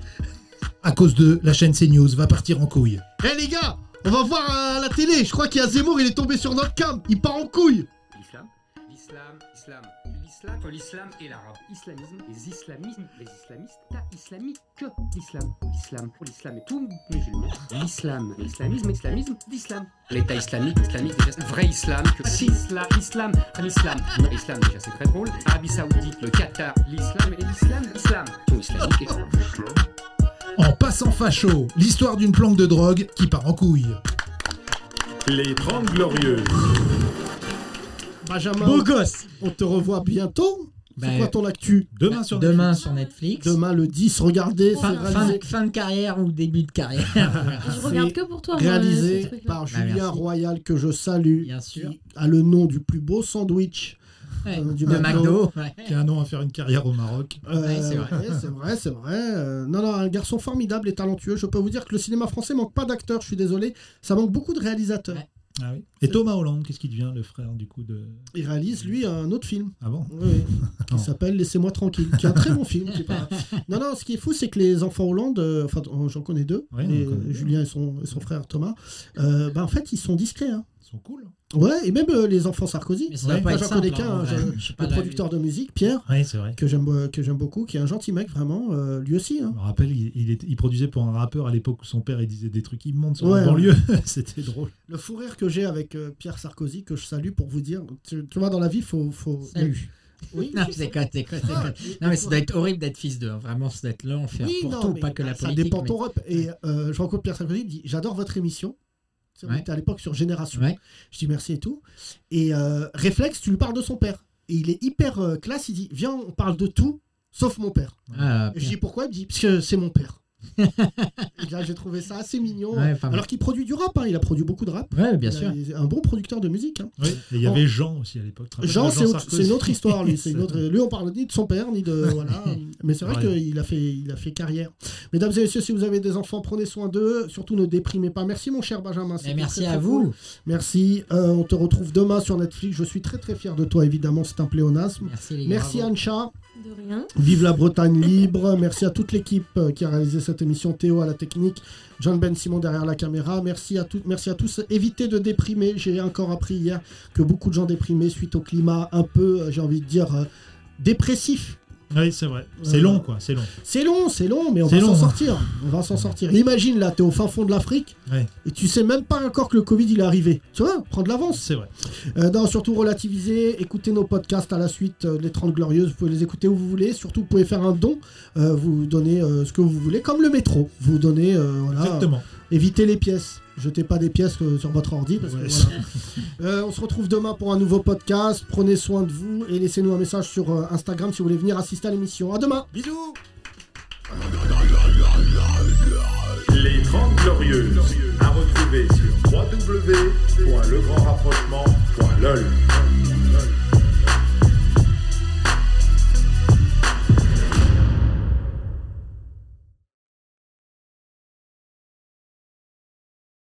S4: À cause d'eux, la chaîne CNews va partir en couille.
S3: Hé les gars, on va voir
S4: euh,
S3: à la télé. Je crois qu'il y a Zemmour, il est tombé sur notre cam. Il part en couille.
S7: L'islam, l'islam, l'islam, l'islam, l'islam et l'arabe. Islamisme, les islamismes, les islamistes, t'as islamique que l'islam. L'islam, pour l'islam et tout musulman. L'islam, l'islamisme, islamisme, l'islam. L'état islamique, islamique, déjà c'est un vrai islam. Que l'islam, islam, l'islam. Non, Islam, déjà c'est très drôle. Arabie Saoudite, le Qatar, l'islam et l'islam, l'islam. Tout islamique et
S4: En passant facho, l'histoire d'une planque de drogue qui part en couille.
S8: Les 30 Glorieuses.
S3: Benjamin,
S5: Beau gosse
S3: on te revoit bientôt. C'est
S5: Bah,
S3: quoi ton actu
S4: Demain sur
S5: Demain
S4: Netflix.
S5: sur Netflix.
S3: Demain le 10, regardez, c'est
S5: Fin, fin
S3: réalisé,
S5: de, fin de carrière ou début de
S3: <laughs>
S5: carrière.
S6: Je regarde que pour toi. moi,
S3: réalisé
S6: ce truc-là.
S3: par
S5: Bah,
S3: Julien
S5: merci.
S3: Royal que je salue,
S5: Bien sûr.
S3: qui a le nom du plus beau sandwich.
S5: Ouais,
S3: Euh, du
S5: de
S3: McDo.
S5: McDo. ouais.
S4: Qui a un nom à faire une carrière au Maroc.
S3: Euh,
S5: Ouais, c'est vrai.
S3: ouais, c'est vrai, c'est vrai. Euh, non, non, un garçon formidable et talentueux. Je peux vous dire que le cinéma français manque pas d'acteurs, je suis désolé. Ça manque beaucoup de réalisateurs.
S5: Ouais.
S4: Ah oui. Et Thomas Hollande, qu'est-ce qu'il devient, le frère du coup de.
S3: Il réalise, lui, un autre film.
S4: Ah bon
S3: Oui,
S5: <laughs>
S3: oui.
S4: Non.
S3: qui s'appelle Laissez-moi tranquille, qui est un très bon film. qui est pas- Non, non, ce qui est fou, c'est que les enfants Hollande, euh, enfin, euh, j'en connais deux,
S4: Ouais, on
S3: les-
S4: en connaît deux.
S3: Julien et son, et son frère Thomas, euh, bah, en fait, ils sont discrets. hein.
S4: Ils sont cool.
S3: Ouais, et même euh, les enfants Sarkozy.
S5: Mais ça doit
S4: Ouais.
S5: pas
S3: Enfin,
S5: être
S3: j'en
S5: simple.
S3: connais qu'un,
S5: hein,
S3: hein,
S5: ouais.
S3: je-
S5: Je sais pas
S3: Le
S5: la-
S3: producteur de musique, Pierre,
S4: Oui, c'est vrai.
S3: que j'aime euh, que j'aime beaucoup, qui est un gentil mec, vraiment, euh, lui aussi. hein.
S4: Je me rappelle, il, il était- il produisait pour un rappeur à l'époque où son père il disait des trucs immondes sur
S3: Ouais.
S4: la banlieue. <laughs> C'était drôle.
S3: Le fou rire que j'ai avec euh, Pierre Sarkozy, que je salue pour vous dire, tu, tu vois, dans la vie, faut. faut...
S5: Salut.
S3: Oui. <laughs>
S5: Non, c'est quoi, c'est quoi, c'est
S3: Ah, <laughs>
S5: quoi. Non, mais ça doit être horrible d'être fils de. Vraiment, ça doit être lent, faire
S3: Oui,
S5: pour
S3: non,
S5: tout,
S3: mais
S5: pas que la
S3: ça
S5: politique.
S3: dépend
S5: mais-
S3: ton rep. Et euh, je rencontre Pierre Sarkozy, il me dit J'adore votre émission. Tu sais, On
S5: Ouais.
S3: était à l'époque sur Génération.
S5: Ouais.
S3: Je dis merci et tout. Et euh, réflexe, tu lui parles de son père. Et il est hyper euh, classe, il dit Viens, on parle de tout, sauf mon père.
S5: Ah,
S3: Et je
S5: bien.
S3: dis Pourquoi Il me dit Parce que c'est mon
S5: <laughs>
S3: père. et là, j'ai trouvé ça assez mignon.
S5: Ouais, pas mal.
S3: Alors qu'il produit du rap, hein, il a produit beaucoup de rap.
S5: Ouais, bien
S3: Il a-
S5: sûr.
S3: il est un bon producteur de musique. hein.
S4: Et il y avait Jean aussi à l'époque. Tu te
S3: Jean,
S4: rappelles de
S3: c'est autre-
S4: Sarkozy
S3: c'est une autre histoire. Lui,
S4: <laughs>
S3: c'est une
S5: <laughs>
S3: autre... lui, on parle ni de son père, ni de. Voilà. Mais c'est vrai
S4: Ouais.
S3: qu'il a, fait... il a fait carrière. Mesdames et messieurs, si vous avez des enfants, prenez soin d'eux. Surtout ne déprimez pas. Merci, mon cher Benjamin.
S5: Mais
S3: C'était
S5: merci
S3: très, très
S5: à
S3: cool.
S5: vous.
S3: Merci. Euh, on te retrouve demain sur Netflix. Je suis très, très fier de toi, évidemment. C'est un pléonasme.
S5: Merci les gars.
S3: Merci,
S5: Bravo.
S3: Ancha.
S6: De rien.
S3: Vive la Bretagne libre. Merci à toute l'équipe euh, qui a réalisé cette émission. Théo à la technique, John Ben Simon derrière la caméra. Merci à, toutes, merci à tous. Évitez de déprimer. J'ai encore appris hier que beaucoup de gens déprimaient suite au climat un peu, euh, j'ai envie de dire, euh, dépressif.
S4: Oui, c'est vrai. C'est
S3: Euh,
S4: long, quoi. C'est long.
S3: C'est long, c'est long, mais on
S4: C'est
S3: va s'en
S4: long, hein.
S3: sortir. On va s'en sortir. Imagine là, t'es au fin fond de l'Afrique
S4: Ouais.
S3: et tu sais même pas encore que le Covid il est arrivé. Tu vois, prends de l'avance.
S4: C'est vrai.
S3: Euh, non, surtout relativiser, écoutez nos podcasts à la suite, euh, les 30 Glorieuses, vous pouvez les écouter où vous voulez, surtout vous pouvez faire un don, euh, vous donnez euh, ce que vous voulez, comme le métro, vous donnez, euh, voilà,
S4: Exactement.
S3: euh, évitez les pièces, jetez pas des pièces euh, sur votre ordi, parce que,
S4: Ouais.
S3: voilà. <laughs> Euh, on se retrouve demain pour un nouveau podcast, prenez soin de vous et laissez-nous un message sur euh, Instagram si vous voulez venir assister à l'émission, à demain
S4: Bisous
S8: Les 30 Glorieuses. À retrouver sur www.legrandrapprochement.lol.